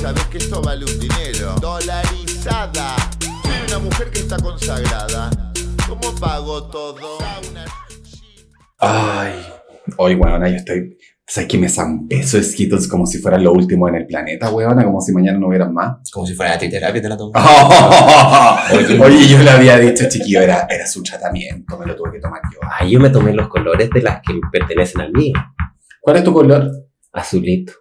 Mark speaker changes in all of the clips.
Speaker 1: sabes que esto vale un dinero. Dolarizada. Soy una mujer que está consagrada. ¿Cómo pago todo? Sauna, gym.
Speaker 2: Ay, hoy, weona, yo estoy. ¿Sabes que me zampé esos esquitos como si fuera lo último en el planeta, weona? Como si mañana no hubieran más.
Speaker 3: Como si fuera la terapia te la tomo.
Speaker 2: Oye, yo le había dicho, chiquillo, era, era su tratamiento, me lo tuve que tomar yo.
Speaker 4: Ahí yo me tomé los colores de las que pertenecen al mío.
Speaker 2: ¿Cuál es tu color?
Speaker 4: Azulito.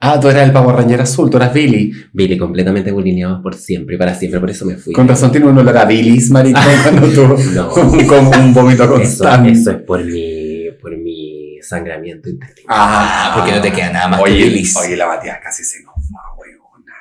Speaker 2: Ah, tú eras el pavo rañero azul, tú eras Billy.
Speaker 4: Billy, completamente bulineado por siempre y para siempre, por eso me fui.
Speaker 2: Con razón tiene un olor a Billy's, maricón, cuando tú...
Speaker 4: No,
Speaker 2: como un vómito
Speaker 4: eso,
Speaker 2: constante.
Speaker 4: eso es por mi, por mi sangramiento intestino.
Speaker 2: Ah,
Speaker 3: Porque no te queda nada más que
Speaker 2: Oye,
Speaker 3: bilis.
Speaker 2: oye, la Matías casi se nos va, weona.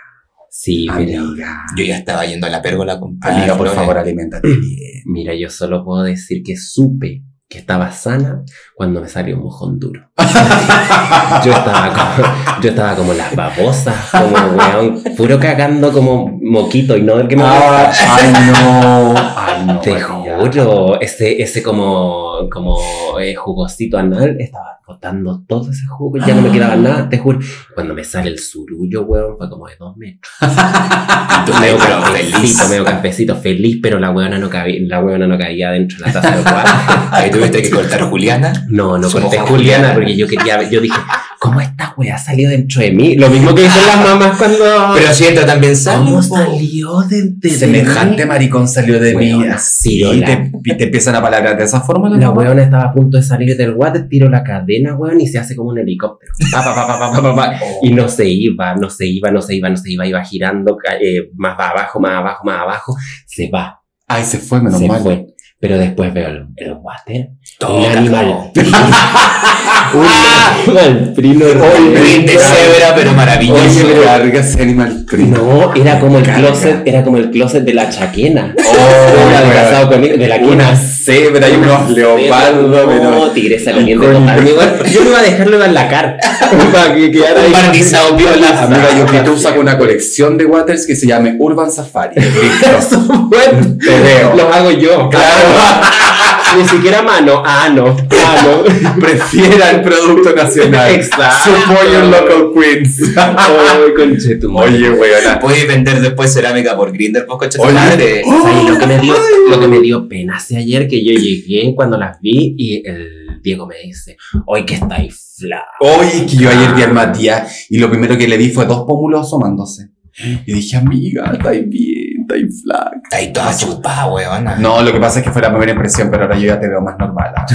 Speaker 4: Sí,
Speaker 2: Ah,
Speaker 4: mira,
Speaker 2: Amiga.
Speaker 3: Yo ya estaba yendo a la pérgola a comprar
Speaker 2: Ah, Amiga, por
Speaker 3: flores.
Speaker 2: favor, alimentate bien.
Speaker 4: mira, yo solo puedo decir que supe que estaba sana cuando me salió un mojón duro. Yo estaba como, yo estaba como las babosas, como weón, puro cagando como moquito y no el que me
Speaker 2: Ah, ay, no. Ay, no.
Speaker 4: Te
Speaker 2: Matías.
Speaker 4: juro, ese, ese como, como eh, jugosito anal estaba botando todo ese jugo, ya no me quedaba nada, te juro. Cuando me sale el surullo, weón, fue como de dos metros. Entonces, medio
Speaker 3: Ah, pero
Speaker 4: cafecito,
Speaker 3: feliz.
Speaker 4: medio cafecito, feliz, pero la weona no cabía, la weona no caía dentro de la taza del cuarto.
Speaker 3: Ahí tuviste que cortar Juliana.
Speaker 4: No, no
Speaker 3: Somos
Speaker 4: corté
Speaker 3: Juliana.
Speaker 4: Juliana porque yo quería, yo dije, ¿cómo esta wea salió dentro de mí? Lo mismo que dicen las mamás cuando.
Speaker 3: Pero si entra también sale.
Speaker 4: ¿Cómo
Speaker 3: po.
Speaker 4: salió de, de- de
Speaker 2: Semejante
Speaker 4: mí?
Speaker 2: maricón salió de mí
Speaker 4: Weona,
Speaker 2: así.
Speaker 4: sí,
Speaker 2: Y te, y te empiezan a palabras de esa forma.
Speaker 4: La
Speaker 2: mamá?
Speaker 4: weona estaba a punto de salir del water, tiró la cadena, weón, y se hace como un helicóptero. Pa, pa, pa, pa, pa, pa, pa, pa. Y no se iba, no se iba, no se iba, no se iba, iba girando ca- eh, más para abajo, más abajo, más abajo. Se va,
Speaker 2: Ay, se fue, menos
Speaker 4: se
Speaker 2: mal.
Speaker 4: fue. Pero después veo el, el water.
Speaker 3: Todo
Speaker 4: un
Speaker 3: cagado.
Speaker 4: animal. un animal primo
Speaker 2: Oye,
Speaker 3: Rinde severa, pero maravilloso.
Speaker 2: Oye, pero larga ese animal crítico.
Speaker 4: No, era como el
Speaker 2: Carga.
Speaker 4: closet, era como el closet de la chaquena.
Speaker 2: Oh,
Speaker 4: Era de
Speaker 2: weón.
Speaker 4: casado conmigo, de la
Speaker 2: Una
Speaker 4: quena.
Speaker 2: cebra y unos leopardos,
Speaker 4: No,
Speaker 2: pero.
Speaker 4: tigresa saliendo de tocarme, weón. Yo no iba a dejarlo iba a la cara.
Speaker 2: Para que quedara ahí.
Speaker 3: Barnizado viola.
Speaker 2: Amiga, yo que tú saco una colección de waters que se llame Urban Safari. Listo.
Speaker 4: Bueno,
Speaker 2: Te veo.
Speaker 4: Los hago yo.
Speaker 2: Claro,
Speaker 4: Ni siquiera mano, Ah, ano, ano.
Speaker 2: prefiera el producto nacional.
Speaker 4: Exacto.
Speaker 2: Su pollo en local queens.
Speaker 4: Ay, conchetumadre.
Speaker 2: Oye, weona.
Speaker 3: Puedes vender después cerámica por Grinder, pues coche.
Speaker 2: Oye.
Speaker 3: madre.
Speaker 2: Oh.
Speaker 4: ¿Sabes lo que me dio, lo que me dio pena hace ayer que yo llegué cuando las vi y el Diego me dice, hoy que estáis flaca.
Speaker 2: Oye, que yo ayer vi al Matías y lo primero que le vi fue dos pómulos asomándose. Y dije, amiga, estáis bien, estáis flaca.
Speaker 3: Está ahí toda chupada, weona.
Speaker 2: No, lo que pasa es que fue la primera impresión, pero ahora yo ya te veo más normal. ah,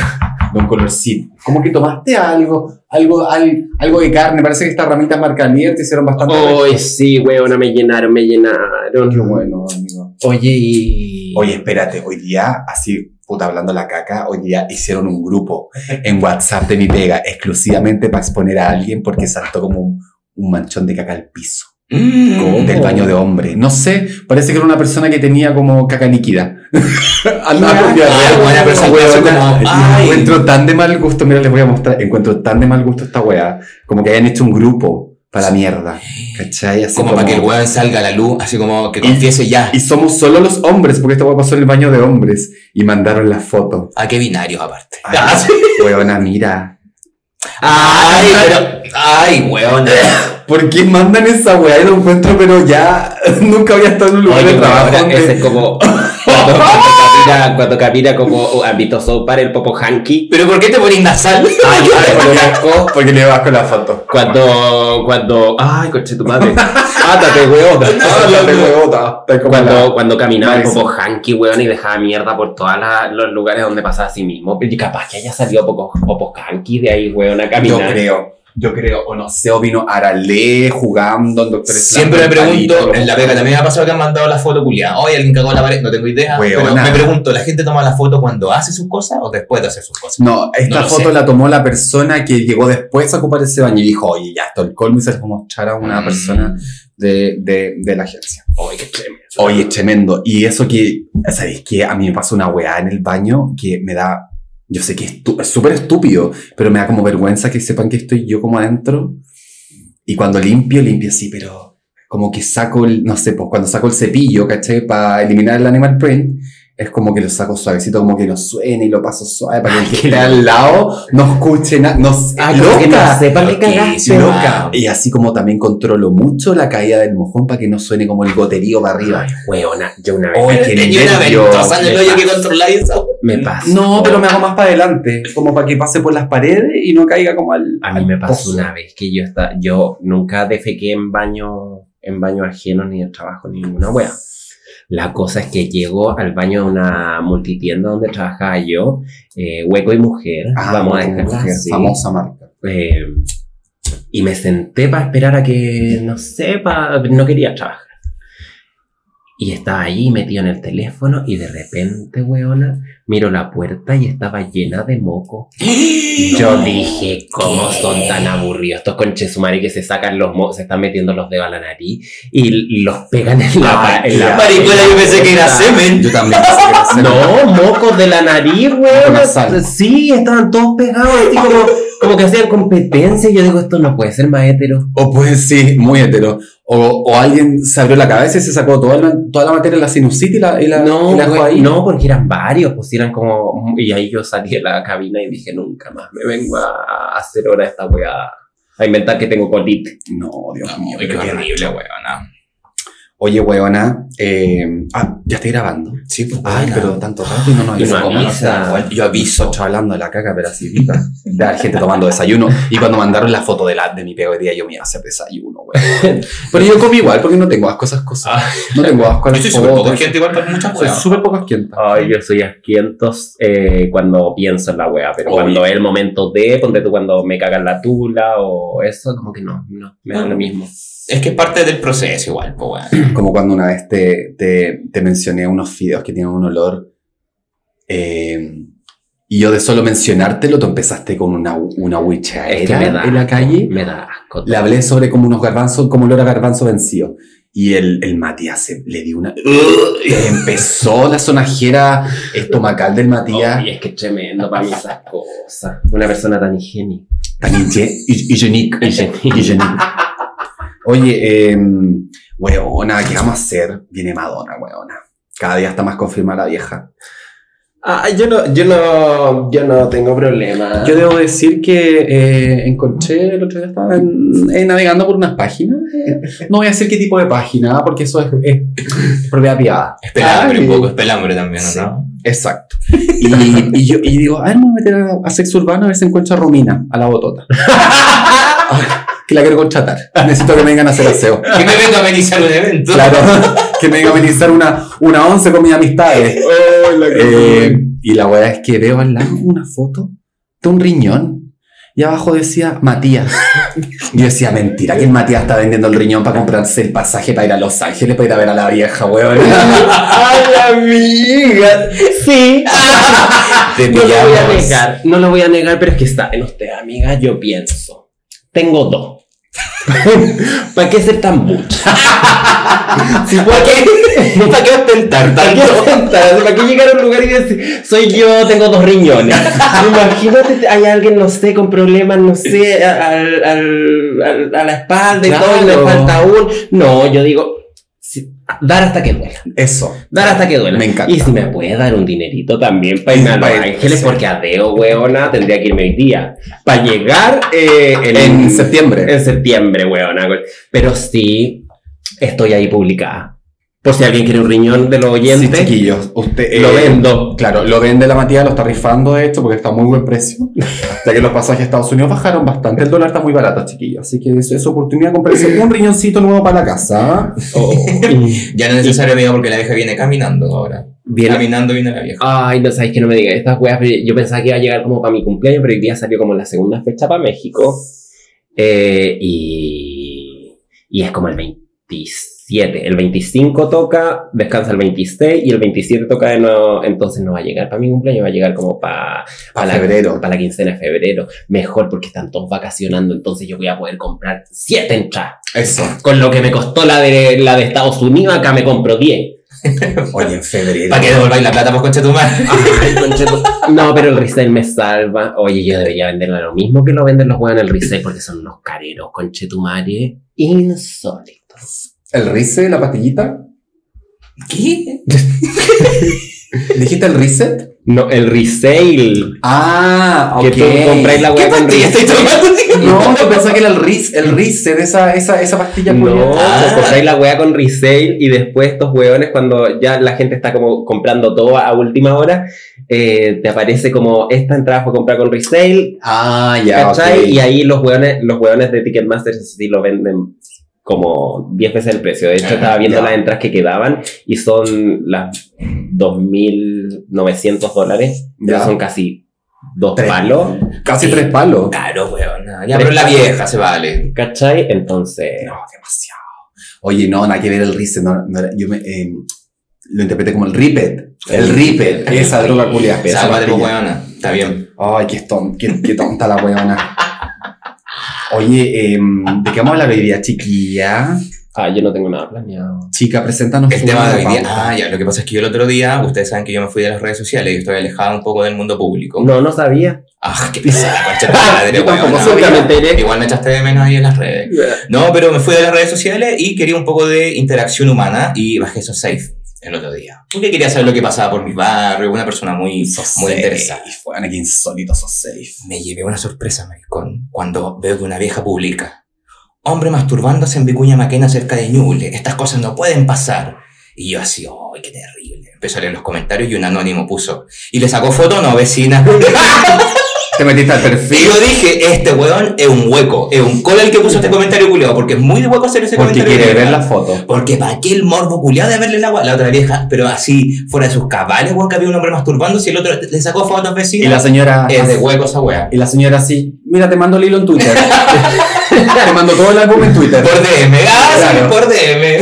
Speaker 2: De un colorcito. Como que tomaste algo, algo, al- algo de carne. Parece que estas ramitas marcanier te hicieron bastante.
Speaker 4: Hoy sí, weona, me llenaron, me
Speaker 2: Qué
Speaker 4: llenaron.
Speaker 2: bueno, amigo.
Speaker 4: Oye, y...
Speaker 2: Oye, espérate, hoy día, así, puta, hablando la caca, hoy día hicieron un grupo en WhatsApp de mi pega exclusivamente para exponer a alguien porque saltó como un, un manchón de caca al piso
Speaker 3: Mm.
Speaker 2: del baño de hombre. No sé, parece que era una persona que tenía como caca líquida. Andaba con diarrea.
Speaker 3: Ah, buena, pero saltó así
Speaker 2: Huevona,
Speaker 3: como,
Speaker 2: y
Speaker 3: ay.
Speaker 2: Encuentro tan de mal gusto, mira, les voy a mostrar, encuentro tan de mal gusto esta wea, como que hayan hecho un grupo para la mierda. ¿Cachai? Así
Speaker 3: Como para que el weón salga a la luz, así como que confiese ya.
Speaker 2: y somos solo los hombres, porque esta hueá pasó en el baño de hombres. Y mandaron la foto.
Speaker 3: ¿A Ah, qué binarios aparte?
Speaker 2: Ay, Huevona, mira.
Speaker 3: Ay, pero. Ay, weón.
Speaker 2: ¿Por qué mandan esa weá? Yo lo encuentro, pero ya nunca había estado en un lugar
Speaker 4: Oye,
Speaker 2: de trabajo.
Speaker 4: ahora
Speaker 2: donde-
Speaker 4: ese es como cuando, cuando camina, cuando camina como uh, ámbito sopar el popo hanky.
Speaker 3: ¿Pero por qué te pones nasal?
Speaker 4: Ay,
Speaker 2: Porque le bajo- Porque le bajo la foto.
Speaker 4: Cuando, cuando, ay, coche tu madre, átate, weona.
Speaker 2: Ah, la de huevota. Está como
Speaker 4: Cuando,
Speaker 2: la-
Speaker 4: cuando caminaba
Speaker 2: Madison.
Speaker 4: poco hanky, weón, y dejaba mierda por todos los lugares donde pasaba a sí mismo. Y capaz que haya salido poco, poco hanky de ahí, weón, a
Speaker 2: Yo
Speaker 4: caminar.
Speaker 2: creo. Yo creo, o no sé, o vino Arale jugando en Doctor Slump,
Speaker 3: Siempre me
Speaker 2: el palito,
Speaker 3: pregunto,
Speaker 2: como-
Speaker 3: en la pega también me ha pasado que han mandado la foto culiada. Oye, alguien cagó la pared, no tengo idea. Pero
Speaker 2: Weona.
Speaker 3: me pregunto, ¿la gente toma la foto cuando hace sus cosas o después de hacer sus cosas?
Speaker 2: No, esta
Speaker 3: No lo
Speaker 2: foto
Speaker 3: sé.
Speaker 2: la tomó la persona que llegó después a ocupar ese baño y dijo, oye, ya esto el colmo y se lo mostrar a una
Speaker 3: Mm.
Speaker 2: persona de, de, de la agencia.
Speaker 3: Oye, qué tremendo.
Speaker 2: Oye, es tremendo. Y eso que, ¿sabéis qué? A mí me pasó una weá en el baño que me da, yo sé que es estu- es súper estúpido, pero me da como vergüenza que sepan que estoy yo como adentro. Y cuando limpio, limpio así, pero como que saco el, no sé, pues cuando saco el cepillo, ¿cachai? Para eliminar el animal print. es como que lo saco suavecito, como que no suene y lo paso suave para que el que esté al lado no escuche nada. No, sé,
Speaker 4: Ah, como que
Speaker 2: loca,
Speaker 4: no sepan que
Speaker 3: Loquísima.
Speaker 4: cagaste.
Speaker 2: loca. Y así como también controlo mucho la caída del mojón para que no suene como el goterío para arriba.
Speaker 4: Weona, yo una vez
Speaker 2: Oye, qué
Speaker 3: Tenía una
Speaker 2: nervio.
Speaker 3: ventosa en el hoyo que controláis eso.
Speaker 4: me pasó.
Speaker 2: No, pero me hago más para adelante, como para que pase por las paredes y no caiga como al.
Speaker 4: A mí
Speaker 2: al
Speaker 4: me pasó
Speaker 2: pozo.
Speaker 4: una vez que yo estaba, yo nunca defequé en baño, en baño ajeno ni de trabajo ni ninguna wea. La cosa es que llego al baño de una multitienda donde trabajaba yo, eh, hueco y mujer,
Speaker 2: Ah,
Speaker 4: vamos a este,
Speaker 2: como
Speaker 4: dejarla
Speaker 2: que
Speaker 4: así.
Speaker 2: famosa marca.
Speaker 4: Eh, y me senté para esperar a que, no sé, pa- no quería trabajar. Y estaba ahí metido en el teléfono y de repente, weona, miro la puerta y estaba llena de moco. Yo dije, ¿cómo son tan aburridos estos conchesumari que se sacan los mocos, se están metiendo los dedos a la nariz y los pegan en la...
Speaker 2: Ah,
Speaker 4: pa- en la
Speaker 2: ya.
Speaker 3: Maricola, yo pensé que era semen.
Speaker 2: Yo también. pensé que era
Speaker 4: no, mocos de la nariz,
Speaker 2: Nasal.
Speaker 4: güey. Sí, estaban todos pegados, así como, como que hacían competencia. Y yo digo, esto no puede ser más hetero.
Speaker 2: O pues sí, muy hetero. O, o alguien se abrió la cabeza y se sacó toda la, toda la materia en la sinusitis y la, y la,
Speaker 4: No,
Speaker 2: y la dejó
Speaker 4: güey,
Speaker 2: ahí.
Speaker 4: no, porque eran varios, pues eran como. Y ahí yo salí de la cabina y dije, nunca más me vengo a hacer hora esta weá. A inventar que tengo colitis.
Speaker 2: No, Dios mío.
Speaker 3: Uy, qué horrible, weona.
Speaker 2: Oye, weona. eh, ah, ya estoy grabando. Sí, pues. Ay,
Speaker 3: weona.
Speaker 2: pero tanto rato y no nos
Speaker 4: Y no
Speaker 2: avisamos.
Speaker 4: avisa.
Speaker 2: Yo aviso. Estaba hablando de la caca, pero así viva. De la gente tomando desayuno. Y cuando mandaron la foto de, la, de mi pego de día, yo me iba a hacer desayuno, Ah. weón. Pero yo comí igual porque no tengo asco a esas cosas. No tengo asco a
Speaker 3: Yo
Speaker 2: las
Speaker 3: soy súper poco
Speaker 2: fotos.
Speaker 3: gente igual para muchas
Speaker 2: Soy
Speaker 3: weas.
Speaker 2: súper poco asquienta.
Speaker 4: Ay, yo soy asquientos eh, cuando pienso en la weá, pero
Speaker 2: Obvio.
Speaker 4: cuando es el momento de, ponte tú cuando me cagan la tula o eso, como que no, no, me da lo mismo.
Speaker 3: Es que es parte del proceso igual, po, weón.
Speaker 2: Como cuando una vez te, te, te mencioné unos fideos que tienen un olor. eh, y yo de solo mencionártelo, tú empezaste con una, una huichaera
Speaker 4: Es que me da
Speaker 2: en la
Speaker 4: asco,
Speaker 2: calle.
Speaker 4: Me da asco.
Speaker 2: Le hablé sobre como unos garbanzos, como olor a garbanzo vencido. Y el, el Matías se- le dio una. y empezó la sonajera estomacal del Matías.
Speaker 4: Ay, es que es tremendo para mí esas cosas. Una persona tan higiénica.
Speaker 2: Tan higie- hi- higienic. higienic. Oye, eh, weona, ¿qué vamos a hacer? Viene Madonna, weona. Cada día está más confirmada la vieja.
Speaker 4: Ah, yo no, yo no, yo no tengo problema.
Speaker 2: Yo debo decir que eh, encontré, el otro día estaba en- eh, navegando por unas páginas. No voy a decir qué tipo de página, porque eso es, es propiedad privada.
Speaker 3: Es pelambre
Speaker 2: Ay.
Speaker 3: un poco, es pelambre también, ¿o
Speaker 2: Sí.
Speaker 3: ¿no?
Speaker 2: Exacto. Y, y yo y digo, a ver, me voy a meter a, a sexo urbano a ver si encuentro a Romina, a la botota. que la quiero contratar. Necesito que me vengan a hacer aseo.
Speaker 3: Que me venga a amenizar un evento.
Speaker 2: Claro, que me venga a amenizar una, una once con mis amistades. Eh, y la weá es que veo al lado una foto de un riñón y abajo decía Matías. Yo decía, mentira, que el Matías está vendiendo el riñón para comprarse el pasaje para ir a Los Ángeles, para ir a ver a la vieja, weón.
Speaker 4: ¡Ay, amiga! Sí.
Speaker 2: Te
Speaker 4: No lo voy a
Speaker 2: pillamos.
Speaker 4: negar, no lo voy a negar, pero es que está en usted, amiga, yo pienso. Tengo dos. ¿Para qué ser tan bucha? ¿Para qué?
Speaker 3: ¿Para qué ostentar
Speaker 4: ¿Para qué
Speaker 3: tanto?
Speaker 4: sentar? ¿Para qué llegar a un lugar y decir, soy yo, tengo dos riñones? Imagínate, hay alguien, no sé, con problemas, no sé, a- al- al- al- a la espalda y todo, y le
Speaker 2: Claro.
Speaker 4: falta un. No, yo digo, sí, dar hasta que duela.
Speaker 2: Eso.
Speaker 4: Dar hasta que duela.
Speaker 2: Me encanta.
Speaker 4: Y si me puede dar un dinerito también para irme a Los
Speaker 2: Pa' ir,
Speaker 4: Ángeles,
Speaker 2: sí.
Speaker 4: porque adeo, weona, tendría que irme hoy día. Para llegar eh, en,
Speaker 2: En septiembre.
Speaker 4: en septiembre, weona. we- Pero sí, estoy ahí publicada. Por si alguien quiere un riñón de los
Speaker 2: Sí,
Speaker 4: oyentes,
Speaker 2: chiquillos. Usted, eh,
Speaker 4: lo vendo.
Speaker 2: Claro, lo vende la Matías, lo está rifando esto porque está a muy buen precio. Ya que los pasajes a Estados Unidos bajaron bastante, el dólar está muy barato, chiquillos. Así que es, es oportunidad de comprarse un riñoncito nuevo para la casa. ¿ah?
Speaker 3: Ya no es necesario, amiga, porque la vieja viene caminando ahora.
Speaker 4: Bien.
Speaker 3: Caminando viene la vieja.
Speaker 4: Ay, no sabéis que no me digas estas weas. pero Yo pensaba que iba a llegar como para mi cumpleaños, pero hoy día salió como la segunda fecha para México. Eh, y, y es como el 27. El 25 toca, descansa el 26 y el 27 toca de nuevo. Entonces no va a llegar para mi cumpleaños, va a llegar como para,
Speaker 2: Para
Speaker 4: la-
Speaker 2: febrero.
Speaker 4: para la quincena de febrero. Mejor porque están todos vacacionando, entonces yo voy a poder comprar 7 entradas.
Speaker 2: Eso.
Speaker 4: Con lo que me costó la de, la de Estados Unidos, acá me compro 10.
Speaker 2: Oye, en febrero.
Speaker 3: ¿Para que devolváis la plata, pues, concha tu madre?
Speaker 4: Ay, conchetu- No, pero el resell me salva. Oye, yo debería venderlo lo mismo que lo venden los weones en el resell porque son unos careros, conchetumare, insólitos.
Speaker 2: ¿El rice, la pastillita?
Speaker 3: ¿Qué?
Speaker 2: ¿Dijiste el reset?
Speaker 4: No, el resale.
Speaker 2: Ah, ok.
Speaker 4: Que tú compráis la
Speaker 2: ¿Qué
Speaker 4: weá con
Speaker 2: pastilla
Speaker 4: resale.
Speaker 2: estoy tomando? No, yo pensaba que era el ris, el reset, esa, esa, esa pastilla
Speaker 4: No,
Speaker 2: culiada.
Speaker 4: pues compráis la weá con resale y después estos weones, cuando ya la gente está como comprando todo a última hora, eh, te aparece como esta entrada fue comprada con resale,
Speaker 2: Ah, ya,
Speaker 4: ¿cachai?
Speaker 2: ok.
Speaker 4: Y ahí los weones, los weones de Ticketmaster sí lo venden como 10 veces el precio. De hecho, estaba viendo
Speaker 2: Ya.
Speaker 4: las entradas que quedaban y son las 2.900 dólares.
Speaker 2: Ya.
Speaker 4: Son casi dos
Speaker 2: Tres.
Speaker 4: palos.
Speaker 2: Casi tres palos.
Speaker 3: Claro, weón. no, Ya, pero la vieja se vale.
Speaker 4: ¿Cachai? Entonces...
Speaker 2: No, demasiado. Oye, no, nada que ver el reset. No, no era- yo me, eh, lo interpreté como el ripet. El ripet. Esa droga culiada.
Speaker 3: Esa madre weona. Está bien.
Speaker 2: Ay, qué, ton- qué, qué tonta la weona. Oye, em, ¿de qué vamos a hablar hoy día, chiquilla?
Speaker 4: Ah, yo no tengo nada planeado.
Speaker 2: Chica, preséntanos.
Speaker 3: El
Speaker 2: tu
Speaker 3: tema de hoy
Speaker 2: nueva
Speaker 3: día.
Speaker 2: pauta.
Speaker 3: Ah, ya, lo que pasa es que yo el otro día, ustedes saben que yo me fui de las redes sociales y estoy alejado un poco del mundo público.
Speaker 4: No, no sabía.
Speaker 3: Ah, qué pesada, concha de tu madre,
Speaker 2: Yo tampoco
Speaker 3: weona.
Speaker 2: sabía.
Speaker 4: Nunca me enteré.
Speaker 3: Igual me echaste de menos ahí en las redes. No, pero me fui de las redes sociales y quería un poco de interacción humana y bajé So Safe el otro día. Porque quería saber lo que pasaba por mi barrio, una persona muy,
Speaker 2: Sos
Speaker 3: muy
Speaker 2: safe.
Speaker 3: interesante.
Speaker 2: Weona, qué insólito sos safe.
Speaker 3: Me llevé una sorpresa, maricón, cuando veo que una vieja publica. Hombre masturbándose en Vicuña Maquena cerca de Ñuble. Estas cosas no pueden pasar. Y yo así, ¡ay, qué terrible! Empezó a leer los comentarios y un anónimo puso. Y le sacó foto, no, vecina.
Speaker 2: Te metiste al
Speaker 3: Y
Speaker 2: perfil.
Speaker 3: yo dije, este weón es un hueco, es un cola el que puso este comentario culiado, porque es muy de hueco hacer ese
Speaker 2: Porque
Speaker 3: comentario.
Speaker 2: quiere
Speaker 3: culiao.
Speaker 2: ver la foto.
Speaker 3: Porque para qué el morbo culiado de verle el agua. La otra vieja, pero así, fuera de sus cabales, weón, que había un hombre masturbándose y el otro le sacó fotos
Speaker 2: Y
Speaker 3: vecinas.
Speaker 2: la señora.
Speaker 3: Es de hueco esa weá.
Speaker 2: y la señora así. Mira, te mando el hilo en Twitter. te mando todo el álbum en Twitter.
Speaker 3: Por DM, ah, sí,
Speaker 2: Claro.
Speaker 3: por DM.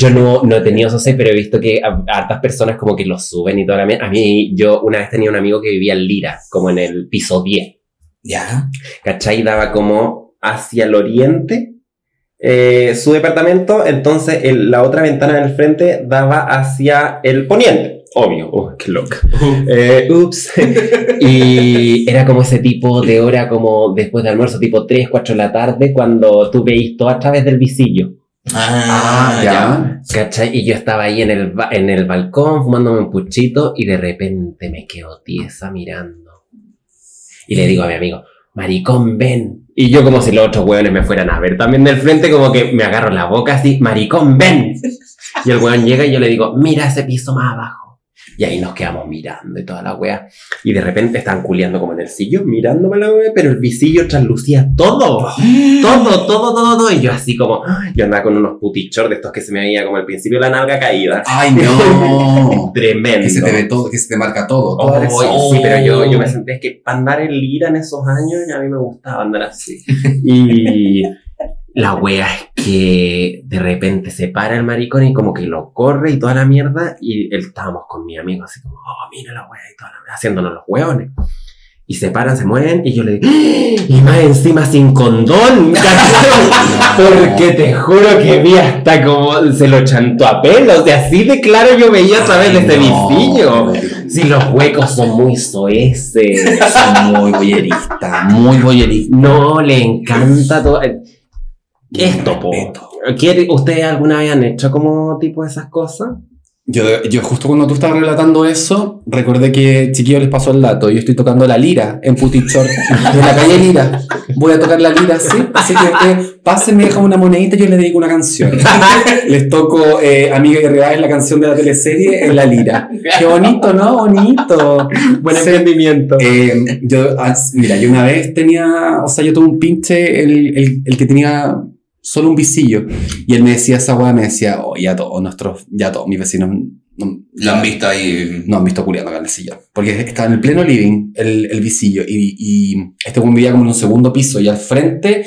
Speaker 4: Yo no, no he tenido eso, pero he visto que a, a hartas personas como que lo suben y toda la mierda. A mí, yo una vez tenía un amigo que vivía en Lira, como en el piso 10.
Speaker 3: Ya.
Speaker 4: ¿Cachai? Daba como hacia el oriente eh, su departamento. Entonces, el- la otra ventana del frente daba hacia el poniente. Obvio. Oh, qué loca. Eh, ups. y era como ese tipo de hora, como después de almuerzo, tipo 3, 4 de la tarde, cuando tú veis todo a través del visillo.
Speaker 3: Ah,
Speaker 2: Ah,
Speaker 3: ya.
Speaker 2: ya.
Speaker 4: ¿Cachai? Y yo estaba ahí en el, ba- en el balcón fumándome un puchito y de repente me quedo tiesa mirando. Y le digo a mi amigo, maricón, ven. Y yo como si los otros hueones me fueran a ver también del frente, como que me agarro la boca así, maricón, ven. Y el hueón llega y yo le digo, mira ese piso más abajo. Y ahí nos quedamos mirando y toda la wea. Y de repente están culeando como en el sillo, mirándome la wea, pero el visillo traslucía todo. Todo, todo, todo, todo. Y yo así como, "Ah", yo andaba con unos putichor de estos que se me veía como el principio de la nalga caída.
Speaker 2: Ay, no.
Speaker 4: Tremendo.
Speaker 2: que se te ve todo, que se te marca todo.
Speaker 4: Oh,
Speaker 2: toda la ex-
Speaker 4: sí, pero yo, yo me senté es que para andar en lira en esos años ya a mí me gustaba andar así. Y la wea es que de repente se para el maricón y como que lo corre y toda la mierda. Y él, estábamos con mi amigo así como, oh, mira la wea y toda la haciéndonos los hueones. Y se paran, se mueven y yo le digo, "¡Ah! y más encima sin condón. ¿cachai? Porque te juro que vi hasta como se lo chantó a pelo. O sea, así de claro yo veía a través de este
Speaker 2: No,
Speaker 4: visillo.
Speaker 2: no,
Speaker 4: Si los huecos son muy soeces.
Speaker 2: son muy boyerista, muy boyerista.
Speaker 4: No, le encanta todo. eh, Esto, po.
Speaker 2: Respeto.
Speaker 4: ¿Quiere- ¿Ustedes alguna vez han hecho como tipo esas cosas?
Speaker 2: Yo, yo justo cuando tú estabas relatando eso, recordé que chiquillo les pasó el dato. Yo estoy tocando la lira en Putichor, en la calle Lira. Voy a tocar la lira, sí. Así que usted pase, me deja una monedita y yo le dedico una canción. Les toco eh, Amiga y Real, la canción de la teleserie, en la lira. Qué bonito, ¿no? Bonito.
Speaker 4: Buen
Speaker 2: Sí.
Speaker 4: emprendimiento.
Speaker 2: Eh, yo, as- mira, yo una vez tenía, o sea, yo tuve un pinche, el, el- el que tenía solo un visillo. Y él me decía, esa weá me decía, oh, ya todos nuestros, ya todos mis vecinos no,
Speaker 3: Lo han visto ahí.
Speaker 2: no han visto culiando acá en el sillón. Porque estaba en el pleno living, el, el visillo, y, y este weón vivía como en un segundo piso, y al frente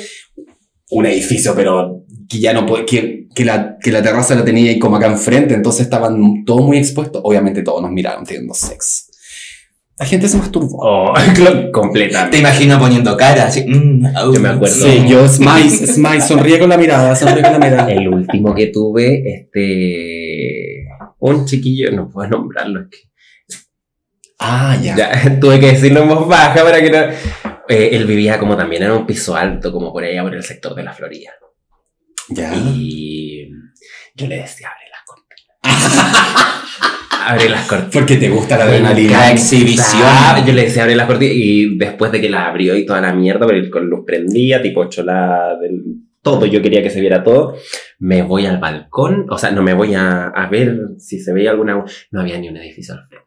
Speaker 2: un edificio, pero que ya no po- que, que, la, que la terraza la tenía ahí como acá enfrente, entonces estaban todos muy expuestos. Obviamente todos nos miraron teniendo sexo. La gente se masturbó.
Speaker 4: Oh, completamente.
Speaker 3: Te imagino poniendo cara así. mm, au.
Speaker 4: Yo me acuerdo.
Speaker 2: Sí, yo, Smice, Smice, sonríe con la mirada, sonríe con la mirada.
Speaker 4: El último que tuve, este. Un chiquillo, no puedo nombrarlo. es que-
Speaker 2: Ah, ya.
Speaker 4: Ya, tuve que decirlo en voz baja para que no. Eh, él vivía como también en un piso alto, como por allá por el sector de la Florida.
Speaker 2: Ya. ¿Ah?
Speaker 4: Y yo le decía, abre la cortina. Abre las cortinas.
Speaker 2: Porque te gusta la
Speaker 3: La
Speaker 2: adrenalina.
Speaker 3: exhibición.
Speaker 4: Ah, Yo le decía abrir las cortinas y después de que las abrió y toda la mierda, pero el- con luz prendía, tipo chola del todo, yo quería que se viera todo. Me voy al balcón, o sea, no me voy a, a ver si se veía alguna. No había ni un edificio al frente.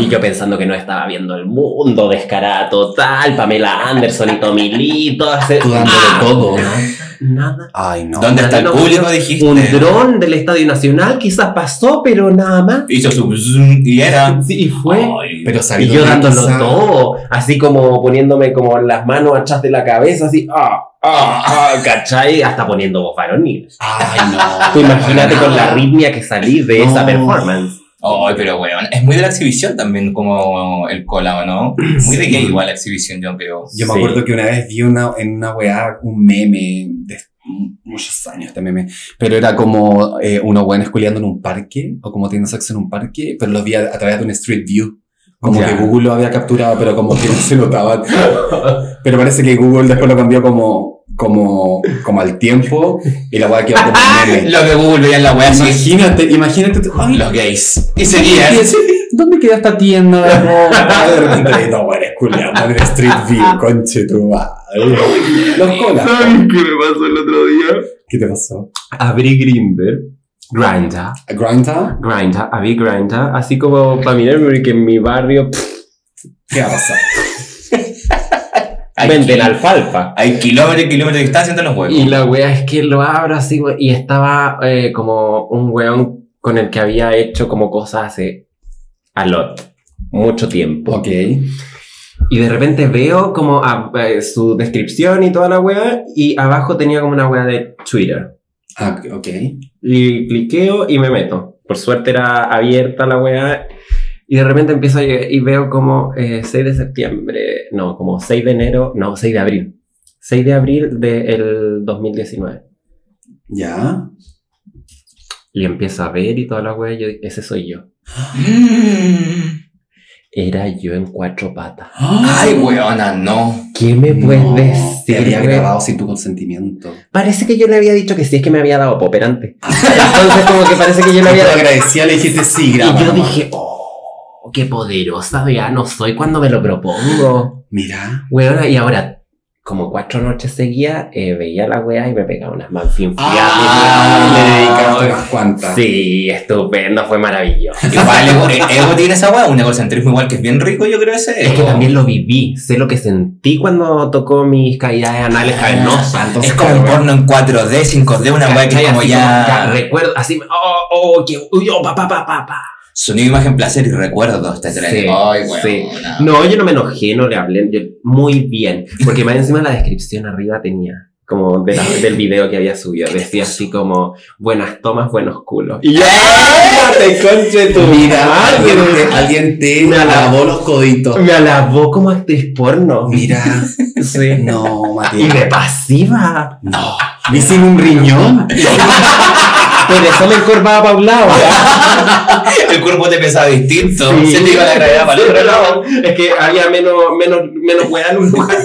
Speaker 4: Y yo pensando que no estaba viendo el mundo, descarada total, Pamela Anderson y Tomilito, hace-
Speaker 2: Tú dándole
Speaker 4: Ah,
Speaker 2: todo.
Speaker 4: Nada.
Speaker 2: Ay, no.
Speaker 3: ¿Dónde está el
Speaker 4: no,
Speaker 3: público? Dijiste.
Speaker 4: Un dron del Estadio Nacional quizás pasó, pero nada más.
Speaker 3: Hizo su zoom y era.
Speaker 4: Sí, y fue.
Speaker 3: Ay,
Speaker 2: Pero
Speaker 4: Y
Speaker 2: sabiendo
Speaker 4: yo
Speaker 2: que
Speaker 4: dándolo
Speaker 2: quizá-
Speaker 4: todo, así como poniéndome como las manos atrás de la cabeza, así, ah, ah, ah, ¿cachai? Hasta poniendo bofaroniles.
Speaker 2: Ay, no.
Speaker 4: Tú imagínate
Speaker 2: Para
Speaker 4: con la
Speaker 2: nada.
Speaker 4: arritmia que salí de esa
Speaker 2: No.
Speaker 4: performance.
Speaker 3: Ay, pero weón. Es muy de la exhibición también, como el cola, ¿o no? Muy de
Speaker 2: Sí.
Speaker 3: gay igual la exhibición, yo creo.
Speaker 2: Yo me
Speaker 4: Sí.
Speaker 2: acuerdo que una vez vi una, en una weá un meme, de muchos años este meme, pero era como eh, unos weones culiando en un parque, o como teniendo sexo en un parque, pero los vi a, a través de un Street View. Como
Speaker 4: Ya.
Speaker 2: que Google lo había capturado, pero como que no se notaban. Pero parece que Google después lo cambió como, como, como al tiempo y la weá quedó como un meme.
Speaker 3: Lo que Google veía en la wea así.
Speaker 2: Imagínate, imagínate. tú, ay,
Speaker 3: Los gays. Y seguían.
Speaker 2: ¿Dónde queda- ¿Dónde queda esta tienda de ropa? De repente, no, bueno, es culiando en el Street
Speaker 4: Ah.
Speaker 2: View, conche tu madre. Los colas.
Speaker 4: qué me pasó el otro día?
Speaker 2: ¿Qué te pasó?
Speaker 4: Abrí Grinder. Grindr,
Speaker 2: ¿Grindr?
Speaker 4: Grindr, abrí Grindr, así como para mirarme porque en mi barrio pff,
Speaker 2: ¿Qué va a pasar?
Speaker 3: Hay
Speaker 4: venden
Speaker 3: kil-
Speaker 4: alfalfa.
Speaker 3: Hay kilómetros y kilómetros de distancia entre los
Speaker 4: Y
Speaker 3: huevos.
Speaker 4: la wea es que lo abro así, we- y estaba eh, como un weón con el que había hecho como cosas hace a lot, mucho tiempo.
Speaker 2: Ok.
Speaker 4: Y de repente veo como a- eh, su descripción y toda la wea, y abajo tenía como una wea de Twitter.
Speaker 2: Ah, ok.
Speaker 4: Y cliqueo y me meto. Por suerte era abierta la wea. Y de repente empiezo a llegar y veo como eh, 6 de septiembre, no, como 6 de enero, no, 6 de abril. 6 de abril del 2019.
Speaker 2: Ya.
Speaker 4: Y empiezo a ver y toda la wea, y yo dije, ese soy yo.
Speaker 3: Mm.
Speaker 4: Era yo en cuatro patas.
Speaker 3: Ay, weona, no.
Speaker 4: ¿Qué me puedes
Speaker 2: No,
Speaker 4: decir?
Speaker 2: Te había
Speaker 4: wea?
Speaker 2: grabado sin tu consentimiento.
Speaker 4: Parece que yo le había dicho que sí, es que me había dado poperante. Entonces como que parece que
Speaker 2: Ah.
Speaker 4: yo le
Speaker 2: Te
Speaker 4: había
Speaker 2: lo
Speaker 4: dado...
Speaker 2: agradecía, le dijiste sí,
Speaker 4: Y
Speaker 2: graba.
Speaker 4: yo
Speaker 2: nomás.
Speaker 4: dije, oh, qué poderosa no soy cuando me lo propongo.
Speaker 2: Mira.
Speaker 4: Weona, y ahora, como cuatro noches seguía, eh, veía la wea y me pegaba unas manfinfiadas.
Speaker 2: Ah, le dedicaste unas cuantas.
Speaker 4: Sí, estupendo, fue maravilloso.
Speaker 3: Igual ego, e- ego tiene esa wea, un egocentrismo igual que es bien rico, yo creo ese.
Speaker 4: Es que
Speaker 3: ego.
Speaker 4: también lo viví, sé lo que sentí cuando tocó mis caídas anales cavernosas.
Speaker 2: Ah, entonces,
Speaker 3: Es como un
Speaker 2: claro,
Speaker 3: porno en 4D, 5D, una wea que
Speaker 4: ¿Cachai?
Speaker 3: es como
Speaker 4: Así
Speaker 3: ya.
Speaker 4: como, recuerdo, así, oh, oh, que, uy, oh, pa, pa, pa, pa, pa.
Speaker 3: Sonido, imagen, placer y recuerdos te trae.
Speaker 4: Sí,
Speaker 3: Ay, weona.
Speaker 4: sí. No, yo no me enojé, no le hablé yo- muy bien, porque más encima la descripción arriba tenía, como de la- del video que había subido, decía así como, buenas tomas, buenos culos. ¡Ah! Y yo, ¡Cállate, conche tu
Speaker 2: Mira, alguien
Speaker 4: madre!
Speaker 2: te, alguien te
Speaker 4: Una la-
Speaker 2: lavó los coditos.
Speaker 4: Me alabó como actriz porno.
Speaker 2: Mira.
Speaker 4: Sí.
Speaker 2: No, Matías.
Speaker 4: Y de pasiva.
Speaker 2: No. Vi sin un riñón.
Speaker 4: Por eso me encorvaba para un lado.
Speaker 3: El cuerpo te pesaba distinto.
Speaker 4: Sí.
Speaker 3: Se te iba la gravedad para el otro lado.
Speaker 4: Es que había menos, menos, menos weá en un lugar.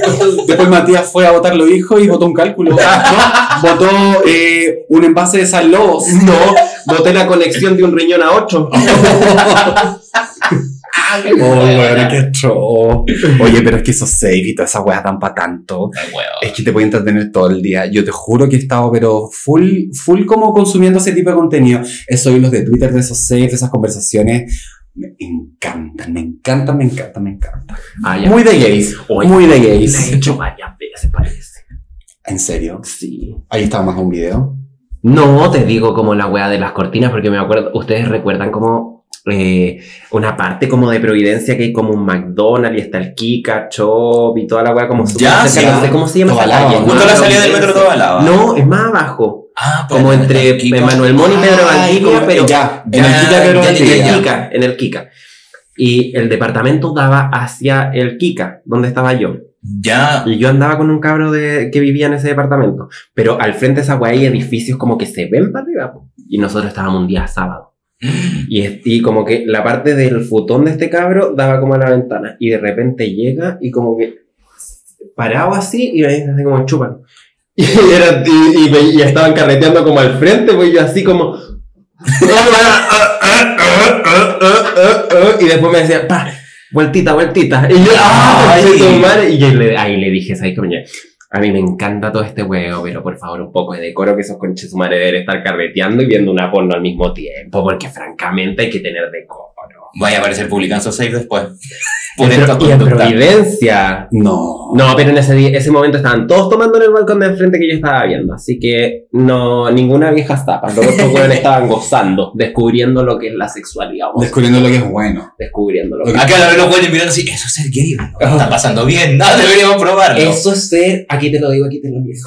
Speaker 2: Después Matías fue a votar los hijos y votó un cálculo. No, votó eh, un envase de San Lobos.
Speaker 4: No, boté la conexión de un riñón a otro.
Speaker 2: Oh, weón, qué atroz. Oye, pero es que esos safe y todas esas weas dan para tanto.
Speaker 3: Ay, weona.
Speaker 2: Es que te voy a entretener todo el día. Yo te juro que he estado, pero full, full como consumiendo ese tipo de contenido. Esos hilos de Twitter, de esos safe, de esas conversaciones. Me encantan, me encantan, me encantan, me encantan. Muy de gays.
Speaker 4: Ah, Oye,
Speaker 2: muy de
Speaker 4: La he
Speaker 2: gays.
Speaker 4: hecho varias veces, parece.
Speaker 2: En serio.
Speaker 4: Sí.
Speaker 2: Ahí estaba más un video.
Speaker 4: No, te digo como la weá de las cortinas, porque me acuerdo, ustedes recuerdan como eh, una parte como de Providencia que hay como un McDonald's y está el Kika, Chop y toda la weá como súper
Speaker 3: Ya,
Speaker 4: cerca,
Speaker 3: sí.
Speaker 4: no sé cómo se llama esa
Speaker 2: Tobalaba,
Speaker 4: calle.
Speaker 2: ¿no?
Speaker 4: No,
Speaker 3: Justo la salida del metro
Speaker 4: Providencia.
Speaker 3: toda lava.
Speaker 4: No, es más abajo.
Speaker 3: Ah, pero
Speaker 4: Como
Speaker 3: no,
Speaker 4: entre
Speaker 3: Kika.
Speaker 4: Manuel Moni y Pedro Valdivia, pero
Speaker 2: ya,
Speaker 3: Ah, ya, ya,
Speaker 2: Pedro
Speaker 3: ya,
Speaker 4: en
Speaker 2: Valdivia.
Speaker 4: el Kika, en el Kika. Y el departamento daba hacia el Kika, donde estaba yo.
Speaker 3: Ya.
Speaker 4: Y yo andaba con un cabro de, que vivía en ese departamento. Pero al frente de esa weá hay edificios como que se ven para arriba. po. Y nosotros estábamos un día sábado. Y, es- y como que la parte del futón de este cabro daba como a la ventana. Y de repente llega y como que parado así y me dice así como chupan. Y, era- y- y me- y estaban carreteando como al frente, pues yo así como... "Eh, eh, eh, eh", y después me decía, pa, vueltita, vueltita. Y yo, ¡ah!
Speaker 3: Ay.
Speaker 4: conche tu madre! Y yo le- ahí le dije, ¿sabes qué, Muñe? A mí me encanta todo este huevo, pero por favor, un poco de decoro que esos conches su madre deben estar carreteando y viendo una porno al mismo tiempo, porque francamente hay que tener decoro.
Speaker 3: Vaya a aparecer publicando Save después. Por esta
Speaker 4: Y en
Speaker 3: conducta.
Speaker 4: Providencia,
Speaker 2: No.
Speaker 4: No, pero en ese, día- ese momento estaban todos tomando en el balcón de enfrente que yo estaba viendo. Así que no, ninguna vieja estaba. Los otros jóvenes estaban gozando, descubriendo lo que es la sexualidad. vos,
Speaker 2: Descubriendo lo que es bueno.
Speaker 4: Descubriendo
Speaker 2: Lo
Speaker 4: lo que
Speaker 2: que-
Speaker 3: Acá la lo pueden mirar así, eso es ser gay, ¿no? Está pasando bien, no, deberíamos probarlo.
Speaker 4: Eso es ser. Aquí te lo digo, aquí te lo digo.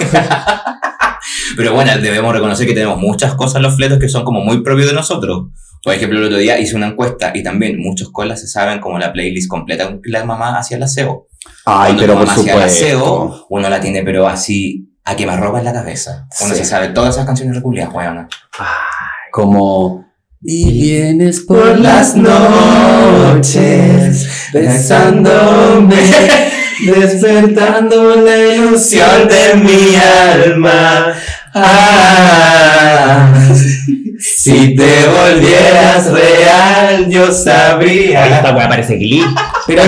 Speaker 3: Pero bueno, debemos reconocer que tenemos muchas cosas en los fletos que son como muy propios de nosotros. Por ejemplo, el otro día hice una encuesta y también muchos colas se saben como la playlist completa que la mamá hacía el aseo.
Speaker 2: Ay,
Speaker 3: Cuando
Speaker 2: pero
Speaker 3: tu
Speaker 2: por
Speaker 3: mamá hacía el
Speaker 2: supuesto.
Speaker 3: aseo, uno la tiene pero así a quemarropa en la cabeza. Uno
Speaker 2: Sí.
Speaker 3: se sabe todas esas canciones reculidas, weón.
Speaker 2: Como. Y vienes
Speaker 3: por las noches, besándome,
Speaker 2: despertando la
Speaker 3: ilusión de mi alma. Ah. si te volvieras real, yo sabría.
Speaker 4: Esta weá parece Glee.
Speaker 2: Pero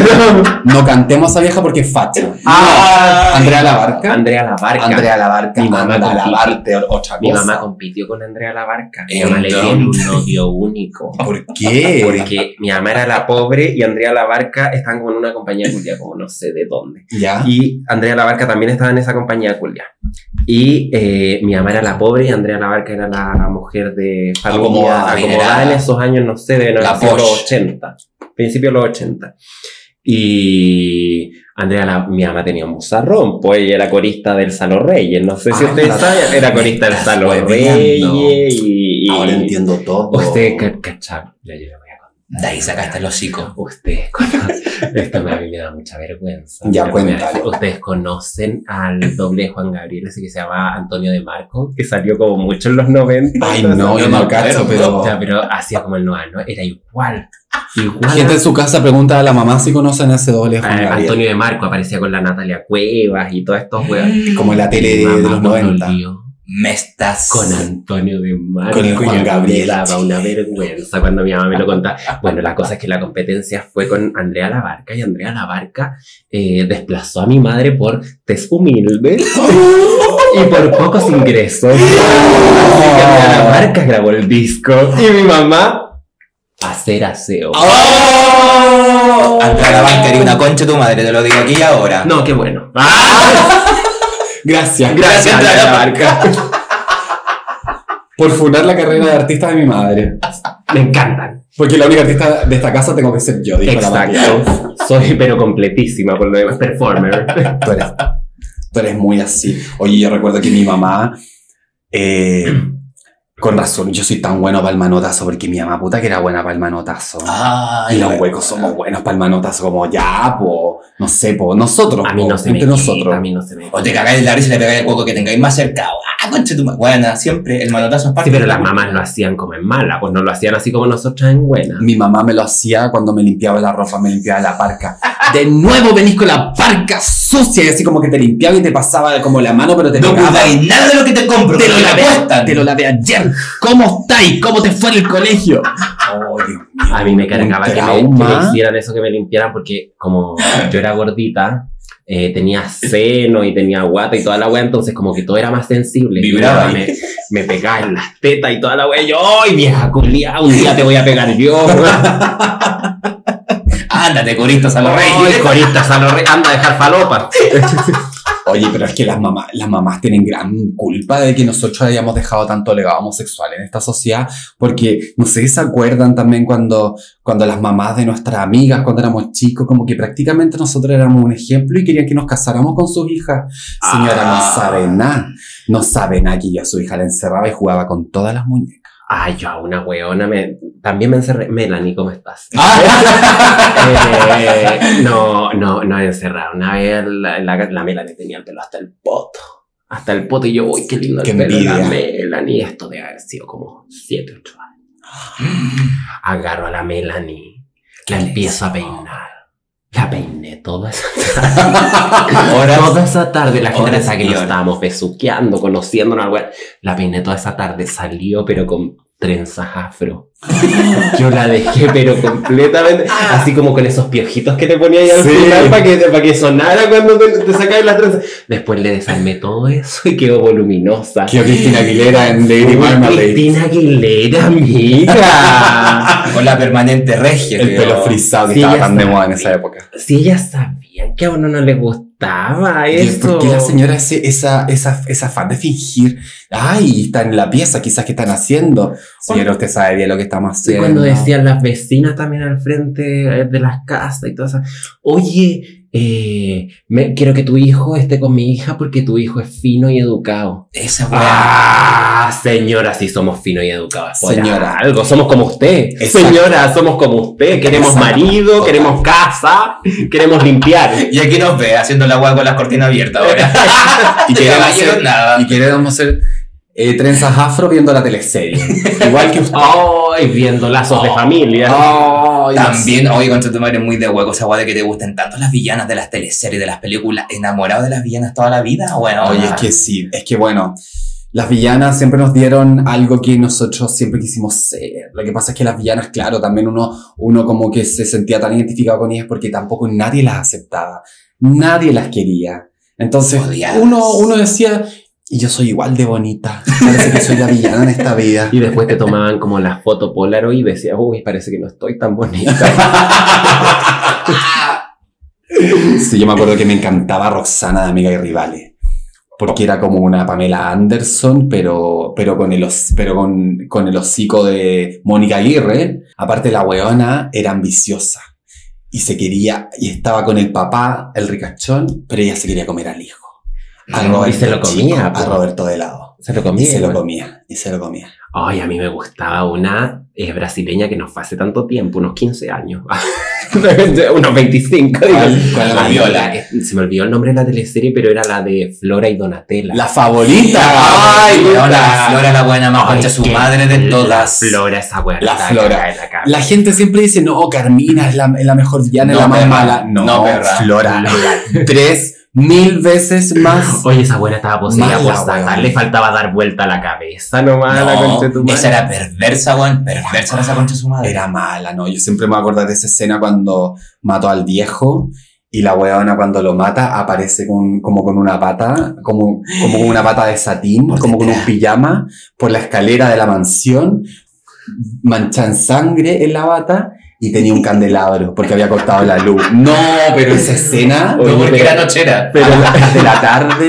Speaker 2: no cantemos a vieja porque es facha.
Speaker 3: Ah,
Speaker 2: Andrea Labarca.
Speaker 4: Andrea la barca.
Speaker 2: Andrea Labarca. Eh,
Speaker 4: Mi mamá
Speaker 2: anda a
Speaker 4: con-
Speaker 2: lavarte o- otra
Speaker 4: Mi
Speaker 2: cosa.
Speaker 4: mamá compitió con Andrea la barca. Mi
Speaker 3: ¿En
Speaker 4: mamá le tiene
Speaker 3: dónde?
Speaker 4: un odio único.
Speaker 2: ¿Por qué?
Speaker 4: Porque mi mamá era la pobre y Andrea la barca están como en una compañía culia, como no sé de dónde.
Speaker 2: Ya.
Speaker 4: Y Andrea Labarca también estaba en esa compañía culia. Y eh, mi mamá era la pobre y Andrea Labarca era la mujer de familia
Speaker 3: Acomodada,
Speaker 4: acomodada en
Speaker 3: adinerada.
Speaker 4: esos años, no sé, de
Speaker 3: La
Speaker 4: los
Speaker 3: posh.
Speaker 4: 80, principios de los 80. Y Andrea, la- mi mamá tenía un musarrón, pues ella era corista del Salo Reyes, no sé si
Speaker 2: Ah,
Speaker 4: ustedes
Speaker 2: la-
Speaker 4: saben, era corista del
Speaker 2: estás
Speaker 4: Salo
Speaker 2: hueveando.
Speaker 4: Reyes y... y-
Speaker 2: Ahora entiendo todo.
Speaker 4: Ustedes, ca- cachab- ya yo lo voy a contar.
Speaker 3: De ahí sacaste el hocico.
Speaker 4: Ustedes conocen. Esto me- a mí me da mucha vergüenza.
Speaker 2: Ya,
Speaker 4: Pero me da-
Speaker 2: cuéntalo.
Speaker 4: Ustedes conocen al doble de Juan Gabriel, ese que se llama Antonio de Marco, que salió como mucho en los 90.
Speaker 2: Ay, no,
Speaker 4: Entonces,
Speaker 2: yo
Speaker 3: me
Speaker 2: no
Speaker 3: acuerdo,
Speaker 2: cacho, pero.
Speaker 4: O sea, pero hacía como el Noah, ¿no? Era igual. Igual.
Speaker 2: La gente en su casa pregunta a la mamá si conocen a ese doble
Speaker 4: a-
Speaker 2: Juan
Speaker 4: a
Speaker 2: Gabriel.
Speaker 4: Antonio de Marco aparecía con la Natalia Cuevas y todos estos weas.
Speaker 2: Como en la tele de, de
Speaker 4: Mamá,
Speaker 2: los
Speaker 4: cuando
Speaker 2: 90.
Speaker 4: olió
Speaker 3: Me estás.
Speaker 4: Con Antonio de Marco.
Speaker 2: Con el Juan
Speaker 4: Me
Speaker 2: Gabriel.
Speaker 4: daba una vergüenza cuando mi mamá me lo contaba. Bueno, la cosa es que la competencia fue con Andrea Labarca y Andrea Labarca eh, desplazó a mi madre por test humilde y por pocos ingresos. Así que Andrea
Speaker 2: Ah.
Speaker 4: Labarca grabó el disco y mi mamá a hacer aseo.
Speaker 2: Ah.
Speaker 3: ¡Oh! Andrea la banca una concha tu madre, te lo digo aquí y ahora.
Speaker 4: No, qué bueno. ¡Ah!
Speaker 2: Gracias.
Speaker 4: Gracias, Andrea Labarca.
Speaker 2: Por fundar la carrera de artista de mi madre.
Speaker 4: Me encantan.
Speaker 2: Porque la única artista de esta casa tengo que ser yo, dijo la María.
Speaker 4: Exacto. Soy pero completísima por lo demás. Performer.
Speaker 2: Tú eres, tú eres muy así. Oye, yo recuerdo que mi mamá. eh, con razón, yo soy tan bueno para el manotazo, porque mi mamá puta que era buena para el manotazo.
Speaker 3: Ay,
Speaker 2: y los
Speaker 3: bueno.
Speaker 2: huecos somos buenos para el manotazo, como ya, po. No sé, po. Nosotros,
Speaker 4: A mí
Speaker 2: po,
Speaker 4: no se me
Speaker 2: entre
Speaker 4: quita,
Speaker 2: nosotros.
Speaker 4: a mí no se me
Speaker 3: O te cagáis en la risa y le pegáis el hueco que tengáis más cerca. ¡Ah, concha tu madre! Buena, siempre el manotazo es parte
Speaker 4: Sí, pero
Speaker 3: de la
Speaker 4: las mamás lo hacían como en mala, pues no lo hacían así como nosotras en buena.
Speaker 2: Mi mamá me lo hacía cuando me limpiaba la ropa, me limpiaba la parca. De nuevo venís con la parca sucia y así como que te limpiaba y te pasaba como la mano, pero te
Speaker 3: No
Speaker 2: pegaba.
Speaker 3: cuidáis nada de lo que te compro.
Speaker 2: Te lo
Speaker 3: la
Speaker 2: lavé,
Speaker 3: apuestan.
Speaker 2: te lo lavé ayer. ¿Cómo estáis? ¿Cómo te fue en el colegio? Oh, Dios mío.
Speaker 4: A mí me cargaba
Speaker 2: Un
Speaker 4: que me, que
Speaker 2: trauma.
Speaker 4: me hicieran eso, que me limpiaran, porque como yo era gordita, eh, tenía seno y tenía guata y toda la wea, entonces como que todo era más sensible.
Speaker 3: Vibraba
Speaker 4: Y Me, me pegaba en las tetas y toda la wea, y yo, ¡ay, vieja culia! Un día te voy a pegar yo.
Speaker 3: Ándate, coristas a los
Speaker 4: ¡Ay,
Speaker 3: reyes.
Speaker 4: corista, salo re- anda a dejar falopa!
Speaker 2: Oye, pero es que las mamás, las mamás tienen gran culpa de que nosotros hayamos dejado tanto legado homosexual en esta sociedad, porque no sé si se acuerdan también cuando, cuando las mamás de nuestras amigas, cuando éramos chicos, como que prácticamente nosotros éramos un ejemplo y querían que nos casáramos con sus hijas. Señora,
Speaker 3: Ah.
Speaker 2: no sabe nada, no sabe nada que yo a su hija la encerraba y jugaba con todas las muñecas.
Speaker 4: Ay, yo a una weona me, también me encerré. Melanie, ¿cómo estás?
Speaker 2: Ah.
Speaker 4: Eh, no, no, no encerrado. Una vez la, la, la Melanie tenía el pelo hasta el poto. Hasta el poto. Y yo, uy, qué lindo el
Speaker 2: Qué
Speaker 4: pelo de la
Speaker 2: envidia.
Speaker 4: Melanie. Esto debe haber sido como 7, 8 años. Agarro a la Melanie. La empiezo a peinar. La peiné toda esa tarde. toda esa tarde. La gente
Speaker 3: horas
Speaker 4: pensaba que
Speaker 3: y
Speaker 4: nos
Speaker 3: horas.
Speaker 4: estábamos besuqueando, conociéndonos. algo. La peiné toda esa tarde. Salió, pero con trenzas afro. Yo la dejé, pero completamente. Así como con esos piojitos que te ponía ahí al
Speaker 2: Ah. Sí.
Speaker 4: final para que, para que sonara cuando te, te sacabas las trenzas. Después le desarmé todo eso y quedó voluminosa.
Speaker 2: Que Cristina Aguilera en Lady
Speaker 4: Uy,
Speaker 2: Marmalade.
Speaker 4: Cristina Aguilera, amiga.
Speaker 3: Con la permanente regia.
Speaker 2: El
Speaker 3: que-
Speaker 2: pelo frisado que
Speaker 4: Sí,
Speaker 2: estaba
Speaker 4: ya
Speaker 2: tan de
Speaker 4: está.
Speaker 2: moda en esa época.
Speaker 4: si ellas sabían que a uno no le gustaba
Speaker 2: ¿Y
Speaker 4: eso.
Speaker 2: ¿Por qué la señora hace esa, esa, esa afán de fingir? Ay, está en la pieza, quizás que están haciendo. Señora, usted sabe bien lo que estamos
Speaker 4: Y
Speaker 2: haciendo.
Speaker 4: cuando decían las vecinas también al frente eh, de las casas y todo eso. Oye, eh, me- quiero que tu hijo esté con mi hija porque tu hijo es fino y educado.
Speaker 3: Esa weá.
Speaker 4: Ah, señora, sí somos finos y educados. por
Speaker 2: Señora.
Speaker 4: Algo, somos como usted.
Speaker 2: Exacto.
Speaker 4: Señora, somos como usted. Queremos
Speaker 2: Exacto.
Speaker 4: marido, queremos casa, queremos limpiar.
Speaker 3: Y aquí nos ve haciendo la weá con las cortinas abiertas ahora.
Speaker 2: y
Speaker 3: Que no
Speaker 2: queremos
Speaker 3: hicieron
Speaker 2: hacer,
Speaker 3: nada.
Speaker 2: y queremos hacer eh, trenzas afro viendo la teleserie. Igual que usted. Oh.
Speaker 4: Ay, viendo lazos de familia.
Speaker 2: Ay, Dios.
Speaker 3: También, oye, con tu madre muy de hueco esa weá de que te gusten tanto las villanas de las teleseries, de las películas. Enamorado de las villanas toda la vida, bueno.
Speaker 2: Oye, es que sí, es que bueno, las villanas siempre nos dieron algo que nosotros siempre quisimos ser. Lo que pasa es que las villanas, claro, también uno, uno como que se sentía tan identificado con ellas porque tampoco nadie las aceptaba, nadie las quería. Entonces
Speaker 3: Odiadas.
Speaker 2: uno, uno decía, y yo soy igual de bonita, parece que soy la villana en esta vida.
Speaker 4: Y después te tomaban como la foto Polaroid y decías, uy, parece que no estoy tan bonita.
Speaker 2: Sí, yo me acuerdo que me encantaba Roxana de Amiga y Rivales. Porque era como una Pamela Anderson, pero, pero, con, el, hos- pero con, con el hocico de Mónica Aguirre. Aparte, la weona era ambiciosa. Y se quería, y estaba con el papá, el ricachón, pero ella se quería comer al hijo. A
Speaker 4: No, y
Speaker 2: Roberto,
Speaker 4: se lo comía,
Speaker 2: chico, a
Speaker 4: po.
Speaker 2: Roberto de lado.
Speaker 4: Se lo
Speaker 2: Y
Speaker 4: comía.
Speaker 2: se lo
Speaker 4: igual.
Speaker 2: comía, y se lo comía.
Speaker 4: Ay, a mí me gustaba una eh, brasileña que nos fue hace tanto tiempo, unos 15 años. unos 25, digo.
Speaker 2: ¿Cuál- cuál era?
Speaker 4: Ay, la- eh, se me olvidó el nombre de la teleserie, pero era la de Flora y Donatella.
Speaker 2: La favorita.
Speaker 3: Ay,
Speaker 2: puta.
Speaker 3: Flora, Flora la buena más
Speaker 4: Ay,
Speaker 3: concha su
Speaker 4: qué-
Speaker 3: madre de todas.
Speaker 4: La Flora, esa weá.
Speaker 2: La
Speaker 4: está
Speaker 2: Flora.
Speaker 4: cagada en la cara.
Speaker 2: La gente siempre dice, no, Carmina es la, es la mejor villana, es
Speaker 3: No,
Speaker 2: la más
Speaker 3: perra.
Speaker 2: mala. No,
Speaker 3: No, perra.
Speaker 2: Flora. Tres mil veces más.
Speaker 4: Oye, esa buena estaba poseída
Speaker 2: Mala,
Speaker 4: por Satán.
Speaker 2: weón.
Speaker 4: Le faltaba dar vuelta la cabeza nomás a la
Speaker 3: No,
Speaker 4: concha de tu madre.
Speaker 3: esa era perversa, weón. Perversa era esa concha su madre.
Speaker 2: Era mala, ¿no? Yo siempre me voy a acordar de esa escena cuando mató al viejo y la weona cuando lo mata aparece con, como con una pata, como, como con una pata de satín,
Speaker 3: Por
Speaker 2: como con un
Speaker 3: detrás.
Speaker 2: pijama, por la escalera de la mansión, manchan sangre en la bata y tenía un candelabro porque había cortado la luz. No, pero esa escena...
Speaker 4: Oye,
Speaker 3: No, porque
Speaker 4: pero-
Speaker 3: era nochera.
Speaker 4: Pero la-
Speaker 2: de la tarde.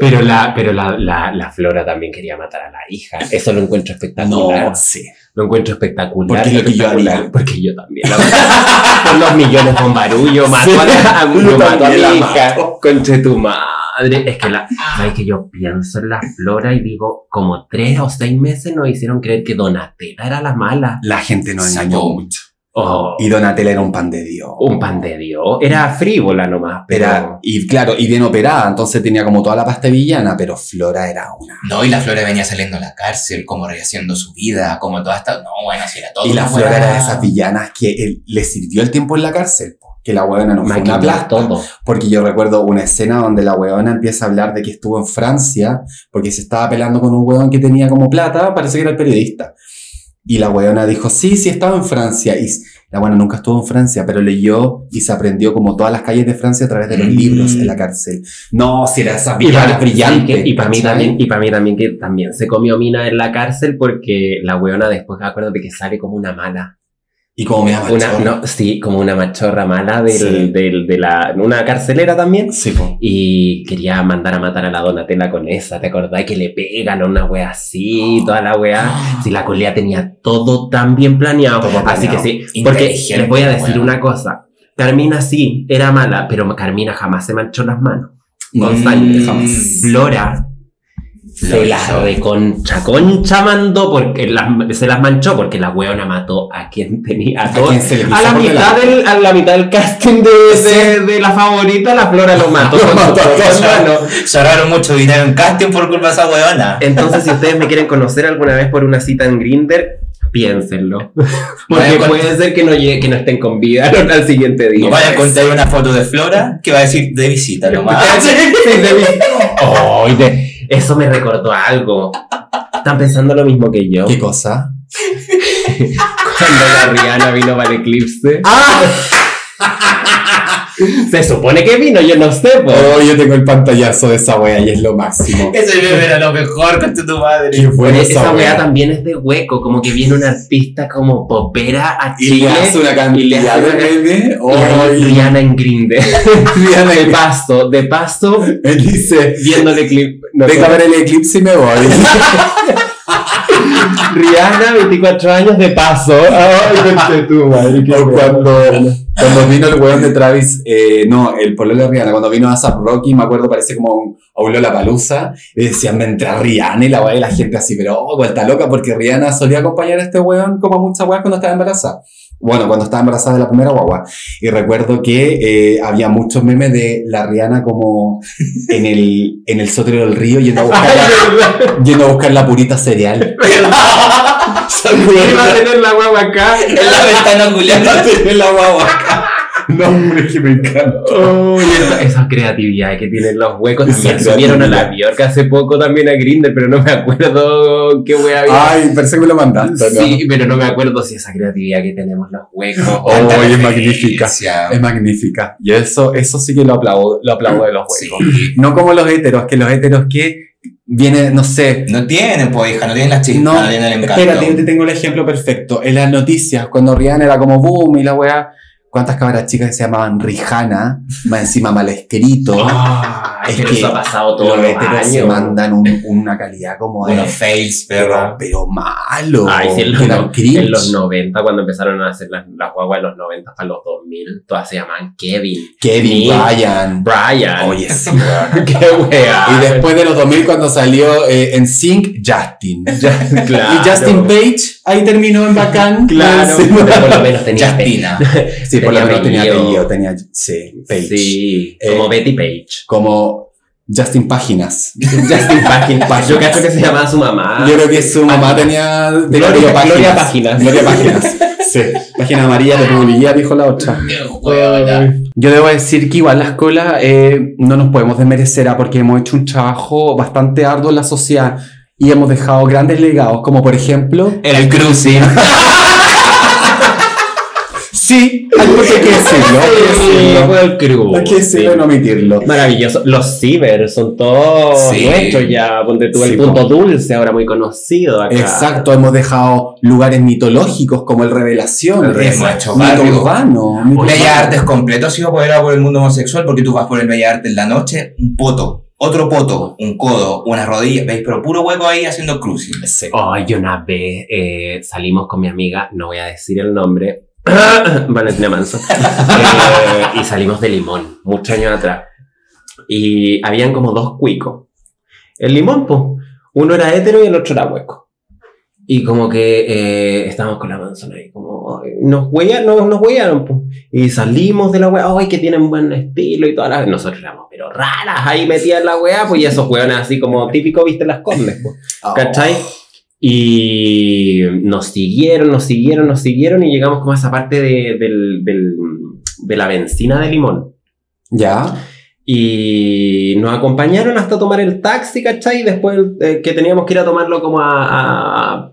Speaker 4: Pero la, pero la, la, la Flora también quería matar a la hija. Eso lo encuentro espectacular.
Speaker 2: sí.
Speaker 4: Lo encuentro espectacular.
Speaker 2: Porque es lo que yo
Speaker 4: espectacular,
Speaker 2: haría.
Speaker 4: Porque yo también. la verdad. Con los millones con barullo, mató a la,
Speaker 2: Sí,
Speaker 4: yo
Speaker 2: yo
Speaker 4: mato a mi
Speaker 2: también la
Speaker 4: hija. Conche tu madre. Es que la. ¿Sabes que yo pienso en la Flora y digo, como tres o seis meses nos hicieron creer que Donatella era la mala?
Speaker 2: La gente nos
Speaker 3: Sí,
Speaker 2: engañó
Speaker 3: po.
Speaker 2: mucho.
Speaker 4: O
Speaker 2: Y Donatella era un pan de Dios.
Speaker 4: un pan de Dios. Era frívola nomás, pero.
Speaker 2: Era, y claro, y bien operada, entonces tenía como toda la pasta villana, pero Flora era una.
Speaker 3: No, y la Flora venía saliendo de la cárcel, como rehaciendo su vida, como toda esta. No, bueno, si era todo.
Speaker 2: Y la
Speaker 3: una
Speaker 2: Flora
Speaker 3: weá.
Speaker 2: era de esas villanas que él- le sirvió el tiempo en la cárcel, po, que la huevona no fue
Speaker 4: maquilló
Speaker 2: una plasta.
Speaker 4: todo.
Speaker 2: Porque yo recuerdo una escena donde la huevona empieza a hablar de que estuvo en Francia porque se estaba peleando con un huevón que tenía como plata, parece que era el periodista. Y la huevona dijo, sí, sí, estaba en Francia. Y s- la huevona nunca estuvo en Francia, pero leyó y se aprendió como todas las calles de Francia a través de los
Speaker 3: Mm.
Speaker 2: libros en la cárcel. No, si era esa
Speaker 4: Y
Speaker 2: villana
Speaker 4: para-
Speaker 2: brillante.
Speaker 4: sí, que- Y para mí
Speaker 2: ¿cachai?
Speaker 4: también, y para mí también que también se comió mina en la cárcel porque la weona después acuérdate que sale como una mala.
Speaker 2: Y como me llama
Speaker 4: Una, no, sí, como una machorra mala del,
Speaker 2: Sí.
Speaker 4: del- de la, una carcelera también.
Speaker 2: Sí, po.
Speaker 4: Y quería mandar a matar a la Donatella con esa, ¿te acordás? Que le pegan a una wea así, toda la wea. Si la colea tenía todo tan bien planeado.
Speaker 2: Todo
Speaker 4: Así que
Speaker 2: planeado.
Speaker 4: sí, porque
Speaker 3: Inteligente,
Speaker 4: les voy a decir
Speaker 3: wea.
Speaker 4: una cosa. Carmina sí, era mala, pero Carmina jamás se manchó las manos. Con
Speaker 2: Mm,
Speaker 4: sangre,
Speaker 2: jamás.
Speaker 4: Flora se
Speaker 3: Flora.
Speaker 4: las reconcha concha mandó porque las- se las manchó porque la weona mató a quien tenía a
Speaker 2: ¿A
Speaker 4: todos.
Speaker 2: quién se le
Speaker 4: A
Speaker 2: cruzó
Speaker 4: la,
Speaker 2: por
Speaker 4: mitad
Speaker 2: delante?
Speaker 4: del, a la mitad del casting de, de- de la favorita, la Flora lo mató.
Speaker 2: Lo
Speaker 4: con su
Speaker 2: mató a
Speaker 4: propia
Speaker 2: todos.
Speaker 4: mano.
Speaker 3: Se ahorraron mucho dinero en casting por culpa de esa weona.
Speaker 2: Eh,
Speaker 4: Entonces, si ustedes me quieren conocer alguna vez por una cita en Grinder, piénsenlo. Porque
Speaker 3: Vayan con-
Speaker 4: puede ser que no, llegue, que no estén con vida al al siguiente día.
Speaker 2: eh,
Speaker 3: No vaya a contar una foto de Flora que va a decir de visita nomás.
Speaker 4: Sí, de mi- Ay, de- Eso me recordó algo. Están pensando lo mismo que yo.
Speaker 2: ¿Qué cosa?
Speaker 4: que cuando la Rihanna vino para el eclipse,
Speaker 2: ¡Ah!
Speaker 4: se supone que vino, yo no sé, pues. po.
Speaker 2: Oh, yo tengo el pantallazo de esa wea y es lo máximo.
Speaker 3: Ese bebé era lo mejor con tu madre.
Speaker 2: Qué bueno
Speaker 4: Oye,
Speaker 2: esa
Speaker 4: esa weá
Speaker 2: wea.
Speaker 4: también es de hueco, como que viene una artista como popera a
Speaker 2: Y le
Speaker 4: Chile
Speaker 2: hace una
Speaker 4: y le
Speaker 2: cantidad
Speaker 4: hace
Speaker 2: de
Speaker 4: una-
Speaker 2: bebé.
Speaker 4: y ahí
Speaker 2: ¡Ay!
Speaker 4: Rihanna en Grindr.
Speaker 2: Rihanna
Speaker 4: De
Speaker 2: que-
Speaker 4: paso, de paso,
Speaker 2: Él dice,
Speaker 4: viendo el eclipse. No,
Speaker 2: venga a ver el eclipse y me voy.
Speaker 4: Rihanna, 24 años de paso. Ay, conche tu madre, qué
Speaker 2: O
Speaker 4: wea.
Speaker 2: cuando, cuando vino el weón de Travis, eh, no, el pololo de Rihanna, cuando vino a Zap Rocky, me acuerdo, parece como un, a un Lollapalooza, y decían, me entra Rihanna y la weá y la gente así, pero oh, vuelta loca, porque Rihanna solía acompañar a este weón como a muchas weas cuando estaba embarazada. Bueno, cuando estaba embarazada de la primera guagua. Y recuerdo que eh, había muchos memes de la Rihanna como en el, en el sótero del río yendo a buscar la, yendo a buscar la purita cereal.
Speaker 4: Iba a tener la guagua acá.
Speaker 3: En la ventana angular.
Speaker 2: tiene la guagua acá. No, hombre, que me encanta.
Speaker 4: Uy, esa, esa creatividad que tienen los huecos
Speaker 2: Oh. Esa
Speaker 4: también subieron a la
Speaker 2: creatividad.
Speaker 4: Bjork hace poco también a Grindr, pero no me acuerdo qué wea había.
Speaker 2: Ay, parece que me lo mandaste, Ah, ¿no?
Speaker 4: Sí, pero no me acuerdo si esa creatividad que tenemos los huecos.
Speaker 2: Oh,
Speaker 3: Tanta
Speaker 2: es
Speaker 3: referencia.
Speaker 2: magnífica. Es magnífica. Y eso, eso sí que lo aplaudo, lo aplaudo de los
Speaker 3: Sí.
Speaker 2: huecos. No como los héteros, que los héteros que viene, no sé.
Speaker 3: No tienen, pues, hija, no tienen las chispas,
Speaker 2: No,
Speaker 3: no, tienen el encanto.
Speaker 2: Espérate, yo te tengo el ejemplo perfecto. En las noticias, cuando Rihanna era como boom y la weá, ¿cuántas cabras chicas que se llamaban Rihanna? Más encima mal escrito.
Speaker 4: Ah,
Speaker 2: Es
Speaker 4: es que
Speaker 2: que
Speaker 4: eso ha pasado
Speaker 2: Los
Speaker 4: todos los
Speaker 2: héteros se
Speaker 4: años.
Speaker 2: mandan un- una calidad como de.
Speaker 3: Unos fails,
Speaker 2: Pero,
Speaker 3: perro.
Speaker 2: pero malo.
Speaker 4: Ay, sí, en, los,
Speaker 2: que era
Speaker 4: no-
Speaker 2: cringe.
Speaker 4: en los 90, cuando empezaron a hacer las, las guaguas en los 90 hasta los 2000, todas se llamaban Kevin,
Speaker 2: Kevin
Speaker 4: Sí.
Speaker 2: Bryan.
Speaker 4: Brian.
Speaker 2: Oye, sí.
Speaker 4: qué wea.
Speaker 2: Y después de los 2000 cuando salió eh, en Sync, Justin.
Speaker 4: Claro.
Speaker 2: Y Justin Page, ahí terminó en Bacán.
Speaker 4: Claro.
Speaker 2: Sí,
Speaker 4: Pero por lo menos tenía
Speaker 3: Justina.
Speaker 2: Sí, por lo
Speaker 4: Tenía
Speaker 2: menos tenía
Speaker 4: apellido.
Speaker 2: apellido, tenía sí, Page.
Speaker 4: Sí,
Speaker 2: Eh,
Speaker 4: como Betty Page.
Speaker 2: Como Justin Páginas.
Speaker 4: Justin Páginas. Yo
Speaker 2: Páginas.
Speaker 4: cacho que se llamaba su mamá.
Speaker 2: Yo creo que su mamá
Speaker 4: Páginas.
Speaker 2: tenía, tenía
Speaker 4: Gloria-
Speaker 2: apellido
Speaker 4: Gloria Páginas.
Speaker 2: Gloria Páginas. Sí. Página amarilla de publicidad, dijo la otra. Yo debo decir que igual la escuela eh, no nos podemos desmerecer ah, porque hemos hecho un trabajo bastante arduo en la sociedad y hemos dejado grandes legados, como por ejemplo...
Speaker 3: Era el cruising.
Speaker 2: Sí, pues hay que decirlo, hay que
Speaker 4: Sí,
Speaker 2: decirlo.
Speaker 4: fue el crew.
Speaker 2: Hay que decirlo y no omitirlo.
Speaker 4: Maravilloso. Los ciber son todos
Speaker 3: Sí.
Speaker 4: nuestros ya. Ponte tú
Speaker 2: Sí,
Speaker 4: el punto dulce, ahora muy conocido acá.
Speaker 2: Exacto, hemos dejado lugares mitológicos como el Revelación,
Speaker 3: El Re-
Speaker 2: es
Speaker 3: Macho
Speaker 2: mito
Speaker 3: Barrio.
Speaker 2: urbano, mito
Speaker 3: Bellas
Speaker 2: urbano.
Speaker 3: Artes completo ha sido apoderado por el mundo homosexual porque tú vas por el Bellas Artes en la noche, un poto, otro poto, un codo, una rodilla, ¿veis? Pero puro hueco ahí haciendo cruising.
Speaker 4: Ay, yo una vez eh, salimos con mi amiga, no voy a decir el nombre, Valentina Manso, eh, y salimos de Limón, muchos años atrás. Y habían como dos cuicos. El Limón, pues, uno era hétero y el otro era hueco. Y como que eh, estábamos con la Manson ahí, como, ay, nos huellaron, nos, nos huellaron, pues. Y salimos de la wea, ay, que tienen buen estilo y todas las... Nosotros éramos, pero raras, ahí metidas en la wea, pues, y esos weones así como típico, viste, las condes, pues.
Speaker 2: Oh.
Speaker 4: ¿Cachai? Y nos siguieron, nos siguieron, nos siguieron y llegamos como a esa parte de, del- del- de la benzina de limón.
Speaker 2: Ya,
Speaker 4: Y nos acompañaron hasta tomar el taxi, ¿cachai? Y después eh, que teníamos que ir a tomarlo como a, a- a-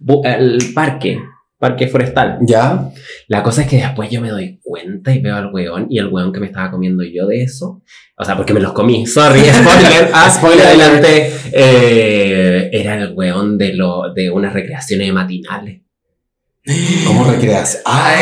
Speaker 4: bu- al parque, parque forestal.
Speaker 2: ya.
Speaker 4: La cosa es que después yo me doy cuenta y veo al weón y el weón que me estaba comiendo yo de eso. O sea, porque me los comí. Sorry, spoiler. ah, spoiler adelante. Eh, era el weón de, lo, de unas recreaciones matinales.
Speaker 2: ¿Cómo recreas? Ah,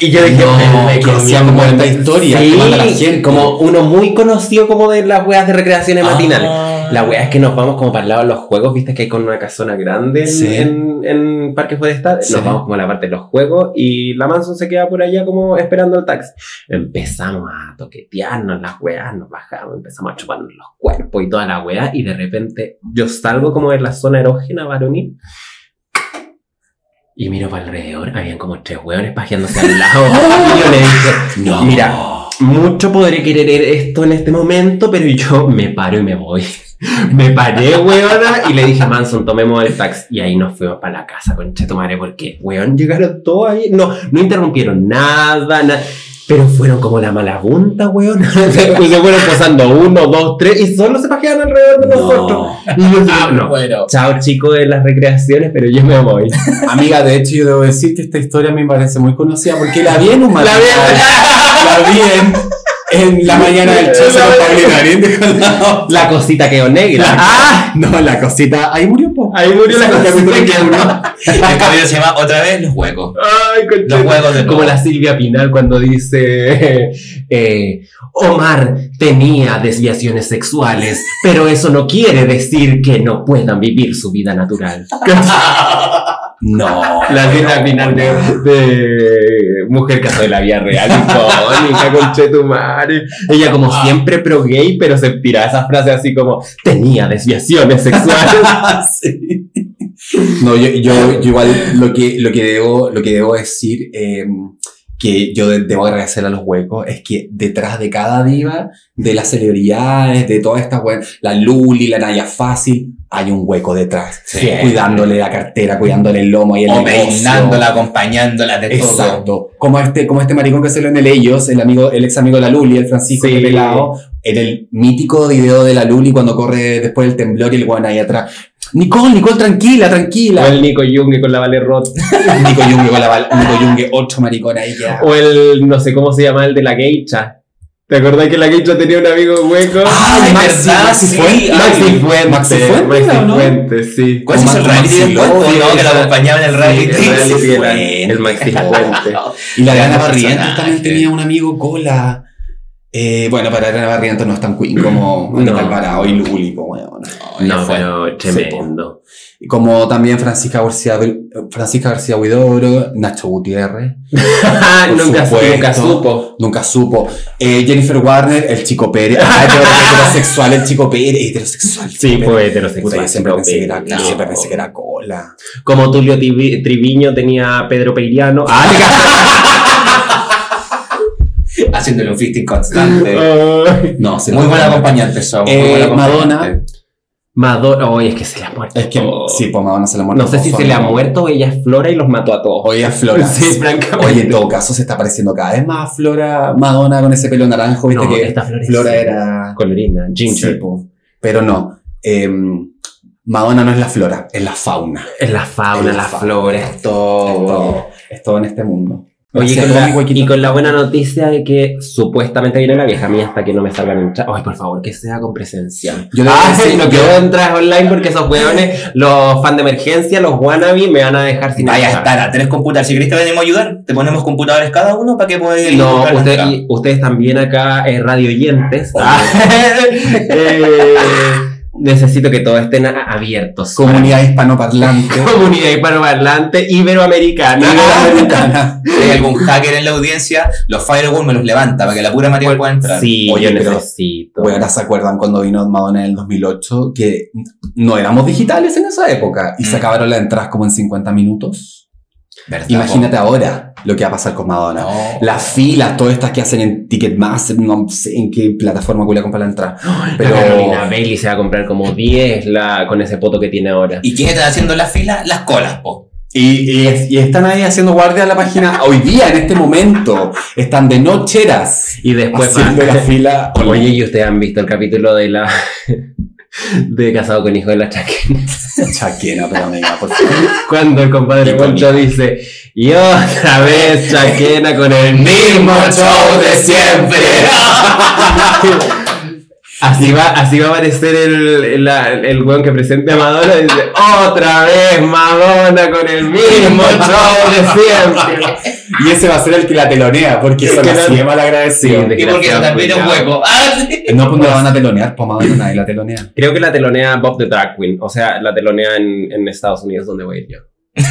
Speaker 4: y yo
Speaker 2: no,
Speaker 4: me- me
Speaker 2: que
Speaker 4: comí
Speaker 2: hacían
Speaker 4: un
Speaker 2: como
Speaker 4: weón.
Speaker 2: esta historia, que
Speaker 4: Sí,
Speaker 2: manda la gente.
Speaker 4: como uno muy conocido como de las weas de recreaciones matinales.
Speaker 3: Ah.
Speaker 4: La wea es que nos vamos como para el lado de los juegos, viste que hay con una casona grande en,
Speaker 2: Sí.
Speaker 4: en, en Parque Forestal.
Speaker 2: Sí.
Speaker 4: Nos vamos como a la parte de los juegos y la Manson se queda por allá como esperando el taxi. Empezamos a toquetearnos las weas, nos bajamos, empezamos a chuparnos los cuerpos y toda la wea. Y de repente yo salgo como de la zona erógena varonil. Y miro para alrededor, habían como tres hueones pajeándose al lado. y yo le dije,
Speaker 2: No.
Speaker 4: Mira, mucho podré querer esto en este momento, pero yo me paro y me voy. Me paré, weona, y le dije a Manson, tomemos el taxi. Y ahí nos fuimos para la casa, concha tu madre, porque, weón, llegaron todos ahí. No, no interrumpieron nada, nada. Pero fueron como la malabunta, weón. se pues se fueron posando uno, dos, tres y solo se pajeaban alrededor de nosotros.
Speaker 2: No.
Speaker 4: Y yo digo, no.
Speaker 3: bueno.
Speaker 4: Chao, chico de las recreaciones, pero yo me voy.
Speaker 2: Amiga, de hecho, yo debo decir que esta historia me parece muy conocida porque la vi en un matinal. La vi en, en la mañana del show con Paulina Ariente con la-
Speaker 4: La cosita quedó negra.
Speaker 2: ¡Ah! No, la cosita. Ahí murió, po.
Speaker 4: Ahí murió la
Speaker 2: Ese
Speaker 4: cosita
Speaker 2: capítulo
Speaker 4: que
Speaker 2: que murió.
Speaker 3: El cabello se llama otra vez los huecos.
Speaker 4: Ay, conchita.
Speaker 3: Los huecos de
Speaker 4: Como
Speaker 3: nuevo.
Speaker 4: la Silvia Pinal cuando dice, eh, Omar tenía desviaciones sexuales, pero eso no quiere decir que no puedan vivir su vida natural.
Speaker 2: No.
Speaker 4: La Silvia Pinal de, de Mujer Caso de la Vía Real, icónica, conchetumare. Ella como
Speaker 3: Ah.
Speaker 4: siempre pro gay, pero se tira esas frases así como, tenía desviaciones sexuales.
Speaker 2: Ah, Sí. No, yo, yo, yo igual lo que, lo que debo, lo que debo decir eh, que yo de- debo agradecer a los huecos es que detrás de cada diva, de las celebridades, de todas estas weas, la Luli, la Naya Fácil, hay un hueco detrás.
Speaker 3: Sí. Oh,
Speaker 2: Cuidándole la cartera, cuidándole el lomo y el
Speaker 3: O
Speaker 2: negocio.
Speaker 3: peinándola, acompañándola de todo.
Speaker 2: Exacto. Como este, como este maricón que salió en el Ellos, el amigo, el ex amigo de la Luli, el Francisco
Speaker 4: Sí.
Speaker 2: que Pelado, en el mítico video de la Luli cuando corre después del temblor y el guan ahí atrás. Nicole, Nicole, tranquila,
Speaker 4: O
Speaker 2: tranquila.
Speaker 4: el Nico Yungue con la Vale Roth.
Speaker 2: Nico Yungue con la bal- Nico Yungue, otro maricón ahí que.
Speaker 4: O el, no sé cómo se llama, el de la geisha. ¿Te acordás que la geisha tenía un amigo hueco?
Speaker 2: Ay, Maxi,
Speaker 3: ¿verdad?
Speaker 2: Maxi
Speaker 3: Sí,
Speaker 2: Fuentes.
Speaker 3: Maxi
Speaker 2: Ay,
Speaker 4: Fuentes,
Speaker 2: Maxi Fuentes,
Speaker 4: Maxi
Speaker 2: ¿o no?
Speaker 4: Fuentes, sí.
Speaker 3: ¿Cuál Pues es el
Speaker 2: Maxi
Speaker 3: reality del
Speaker 2: López,
Speaker 3: cuerpo, no? Que la acompañaba en el reality.
Speaker 4: Sí, el reality
Speaker 3: Sí,
Speaker 4: era
Speaker 3: fue.
Speaker 4: el Maxi Fuentes.
Speaker 2: Y la Gana
Speaker 3: Gran
Speaker 2: Barrientos
Speaker 3: personaje.
Speaker 2: también tenía un amigo cola. Eh, bueno, para Gana Barrientos no es tan queen como Anita
Speaker 4: No.
Speaker 2: Alvarado y Luli, pues, bueno.
Speaker 3: Oye,
Speaker 4: No,
Speaker 3: fue.
Speaker 4: pero tremendo.
Speaker 2: Y como también Francisca García, Francisca García Huidobro, Nacho Gutiérrez, Por
Speaker 4: Ah, nunca,
Speaker 2: supuesto.
Speaker 4: nunca supo.
Speaker 2: nunca supo. Eh, Jennifer Warner, el chico Pérez. Ay, pero heterosexual, el chico Pérez, heterosexual.
Speaker 4: Sí, pues,
Speaker 2: Pérez.
Speaker 4: fue
Speaker 2: Puta,
Speaker 4: heterosexual.
Speaker 2: yo siempre, pensé que era,
Speaker 3: No.
Speaker 2: yo siempre pensé que era cola.
Speaker 4: Como Tulio Tivi- Triviño tenía a Pedro Peiriano. ¡Ah!
Speaker 3: Haciéndole un fisting constante.
Speaker 4: Ay.
Speaker 2: No, se
Speaker 3: Muy buena acompañante somos.
Speaker 2: Ah.
Speaker 3: muy
Speaker 2: Eh,
Speaker 3: buena acompañante.
Speaker 2: Madonna.
Speaker 4: Madonna. Ay, es que se le ha muerto.
Speaker 2: Es que
Speaker 4: todo.
Speaker 2: sí, pues Madonna se le ha muerto.
Speaker 4: Oh. no sé si
Speaker 2: Ojo,
Speaker 4: se le ha
Speaker 2: no.
Speaker 4: muerto o ella es Flora y los mató a todos.
Speaker 2: Oye, Flora.
Speaker 4: Sí, francamente.
Speaker 2: Oye, en todo caso se está pareciendo cada vez más a Flora Madonna con ese pelo naranjo, viste
Speaker 4: No,
Speaker 2: que
Speaker 4: esta Flora es-
Speaker 2: Flora era
Speaker 4: Colorina,
Speaker 2: Sí,
Speaker 4: Ginger.
Speaker 2: po. pero no. em, Madonna no es la flora, es la fauna.
Speaker 4: Es la fauna,
Speaker 2: Es la
Speaker 4: las
Speaker 2: fauna.
Speaker 4: flores,
Speaker 2: Es
Speaker 4: todo.
Speaker 2: todo, es todo en este mundo.
Speaker 4: Oh, Oye,
Speaker 2: Gracias
Speaker 4: con
Speaker 2: a todos
Speaker 4: la-
Speaker 2: mis huequitos.
Speaker 4: y con la buena noticia de que supuestamente viene la vieja mía hasta que no me salgan en chat. Ay, por favor, que sea con presencia.
Speaker 2: Yo debo
Speaker 4: Ah,
Speaker 2: decir-
Speaker 4: sí, no
Speaker 2: yo-
Speaker 4: quiero entrar online porque esos hueones, los fans de emergencia, los wannabe, me van a dejar sin
Speaker 3: Vaya a
Speaker 4: entrada.
Speaker 3: estar a tres computadores. Si querés te venimos a ayudar, te ponemos computadores cada uno para que puedas
Speaker 4: No, usted- y ustedes también acá, eh, radio oyentes. Eh, necesito que todos estén a- abiertos.
Speaker 2: Comunidad hispanoparlante.
Speaker 4: Comunidad hispanoparlante iberoamericana.
Speaker 2: iberoamericana.
Speaker 3: Si hay algún hacker en la audiencia, los firewall me los levanta para que la pura María pueda entrar.
Speaker 4: Sí,
Speaker 2: Oye,
Speaker 4: yo
Speaker 2: pero-
Speaker 4: necesito.
Speaker 2: Bueno, ¿se acuerdan cuando vino Madonna en el 2008? Que no éramos digitales en esa época y se
Speaker 3: Mm.
Speaker 2: acabaron las entradas como en 50 minutos.
Speaker 3: ¿Verdad,
Speaker 2: Imagínate ahora lo que va a pasar con
Speaker 3: po?
Speaker 2: Madonna.
Speaker 3: No.
Speaker 2: Las filas, todas estas que hacen en Ticketmaster, no sé en qué plataforma cuela comprar la entrada.
Speaker 4: Pero
Speaker 2: Pero
Speaker 4: Carolina Bailey se va a comprar como 10 la, con ese poto que tiene ahora.
Speaker 3: ¿Y quiénes están haciendo las filas? Las colas, po.
Speaker 2: Y, y- y están ahí haciendo guardia en la página hoy día, en este momento. Están de nocheras
Speaker 4: Y después va-
Speaker 2: haciendo la fila.
Speaker 4: Oye, ¿y ustedes han visto el capítulo de la. de Casado con Hijo de la Chaquena?
Speaker 2: Chaquena, pero amiga, por favor.
Speaker 4: Cuando el compadre
Speaker 2: Icónica.
Speaker 4: Poncho dice. Y otra vez Chaquena con el mismo show de siempre. Así va, así va a aparecer el, la- el weón que presente a Madonna y dice, otra vez Madonna con el mismo show de siempre.
Speaker 2: Y ese va a ser el que la telonea, porque son
Speaker 4: Que
Speaker 2: así
Speaker 4: la-
Speaker 2: de mal agradecido.
Speaker 4: Sí,
Speaker 3: Y porque
Speaker 4: Desgraciado,
Speaker 3: también es un
Speaker 4: culiao.
Speaker 3: hueco. Ah, sí.
Speaker 2: No, pues no la van a telonear, pues Madonna nadie la telonea.
Speaker 4: Creo que la telonea Bob the Drag Queen, o sea, la telonea en, en Estados Unidos, donde voy a ir yo.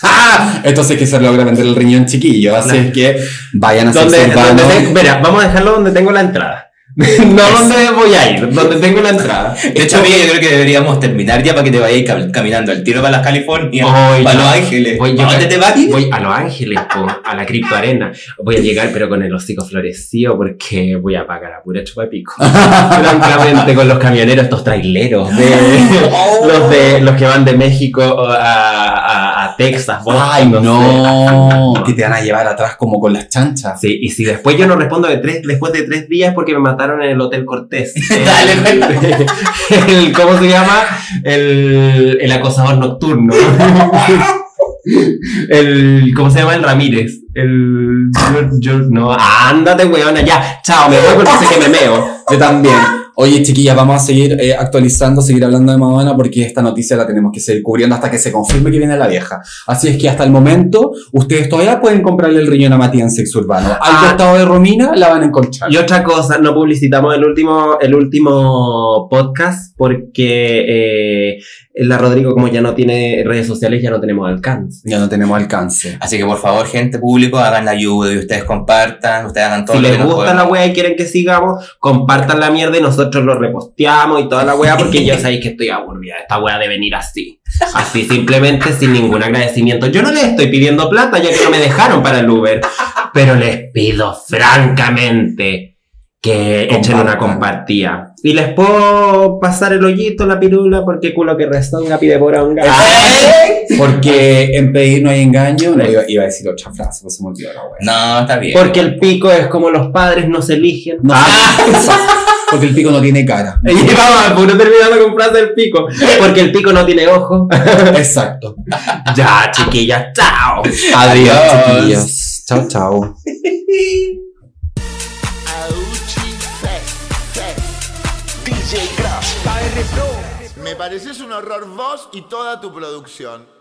Speaker 2: Ah, entonces que se logra vender el riñón chiquillo, así
Speaker 4: Claro.
Speaker 2: es que vayan a
Speaker 4: Donde,
Speaker 2: ser
Speaker 4: donde
Speaker 2: cervanos.
Speaker 4: te- mira, vamos a dejarlo donde tengo la entrada. no donde voy a ir, donde tengo la entrada.
Speaker 3: De hecho, amiga, yo creo que deberíamos terminar ya para que te vayas cam- caminando al tiro para las California,
Speaker 4: Ay,
Speaker 3: para
Speaker 4: yo-
Speaker 3: Los Ángeles.
Speaker 4: voy
Speaker 3: ¿Para
Speaker 4: yo-
Speaker 3: dónde te vas?
Speaker 4: Voy a Los Ángeles, po, a la Cripto Arena. Voy a llegar, pero con el hocico florecido, porque voy a pagar a pura chupapico. Francamente, con los camioneros, estos traileros, de, los, de, los que van de México a, a- a Texas, vos,
Speaker 2: Ay,
Speaker 4: no sé.
Speaker 2: no. Que te van a llevar atrás como con las chanchas.
Speaker 4: Sí, y si después yo no respondo de tres, después de tres días es porque me mataron en el Hotel Cortés. Eh,
Speaker 2: Dale, cuéntame.
Speaker 4: el, el- ¿Cómo se llama? El, el acosador nocturno. El, ¿Cómo se llama? El Ramírez. El. yo- yo- no, ándate, weona, ya. Chao, me voy porque sé que me meo.
Speaker 2: Yo también. Oye, chiquillas, vamos a seguir eh, actualizando, seguir hablando de Madonna porque esta noticia la tenemos que seguir cubriendo hasta que se confirme que viene la vieja. Así es que hasta el momento, ustedes todavía pueden comprarle el riñón a Matías en Sexo Urbano. Al
Speaker 4: Ah.
Speaker 2: costado de Romina la van a encontrar.
Speaker 4: Y otra cosa, no publicitamos el último, el último podcast porque eh, la Rodrigo, como ya no tiene redes sociales, ya no tenemos alcance.
Speaker 2: Ya no tenemos alcance.
Speaker 3: Así que por favor, gente público, hagan la ayuda y ustedes compartan, ustedes hagan todo
Speaker 4: Si
Speaker 3: lo que
Speaker 4: les
Speaker 3: nos
Speaker 4: gusta
Speaker 3: puedan.
Speaker 4: la wea y quieren que sigamos, compartan la mierda y nosotros lo reposteamos y toda la wea porque ya sabéis que estoy aburrida de esta wea de venir así. Así simplemente sin ningún agradecimiento. Yo no les estoy pidiendo plata ya que no me dejaron para el Uber, pero les pido francamente que echen
Speaker 2: Compartan.
Speaker 4: una compartida. Y les puedo pasar el hoyito, la pirula, porque culo que rezonga pide poronga.
Speaker 3: Ah.
Speaker 2: Porque en pedir no hay engaño. No, iba, iba a decir otra frase, pues se me olvidó la wea.
Speaker 3: No, está bien.
Speaker 4: Porque el pico es como los padres no se eligen.
Speaker 2: No, Porque el pico no tiene cara.
Speaker 4: Y vamos, pues no terminando con frase del pico. Porque el pico no tiene ojo.
Speaker 2: Exacto.
Speaker 4: ya, chiquillas, chao.
Speaker 2: Adiós,
Speaker 3: Adiós.
Speaker 2: chiquillos. Chao, chao.
Speaker 1: Auchi DJ Crash, Me pareces un horror vos y toda tu producción.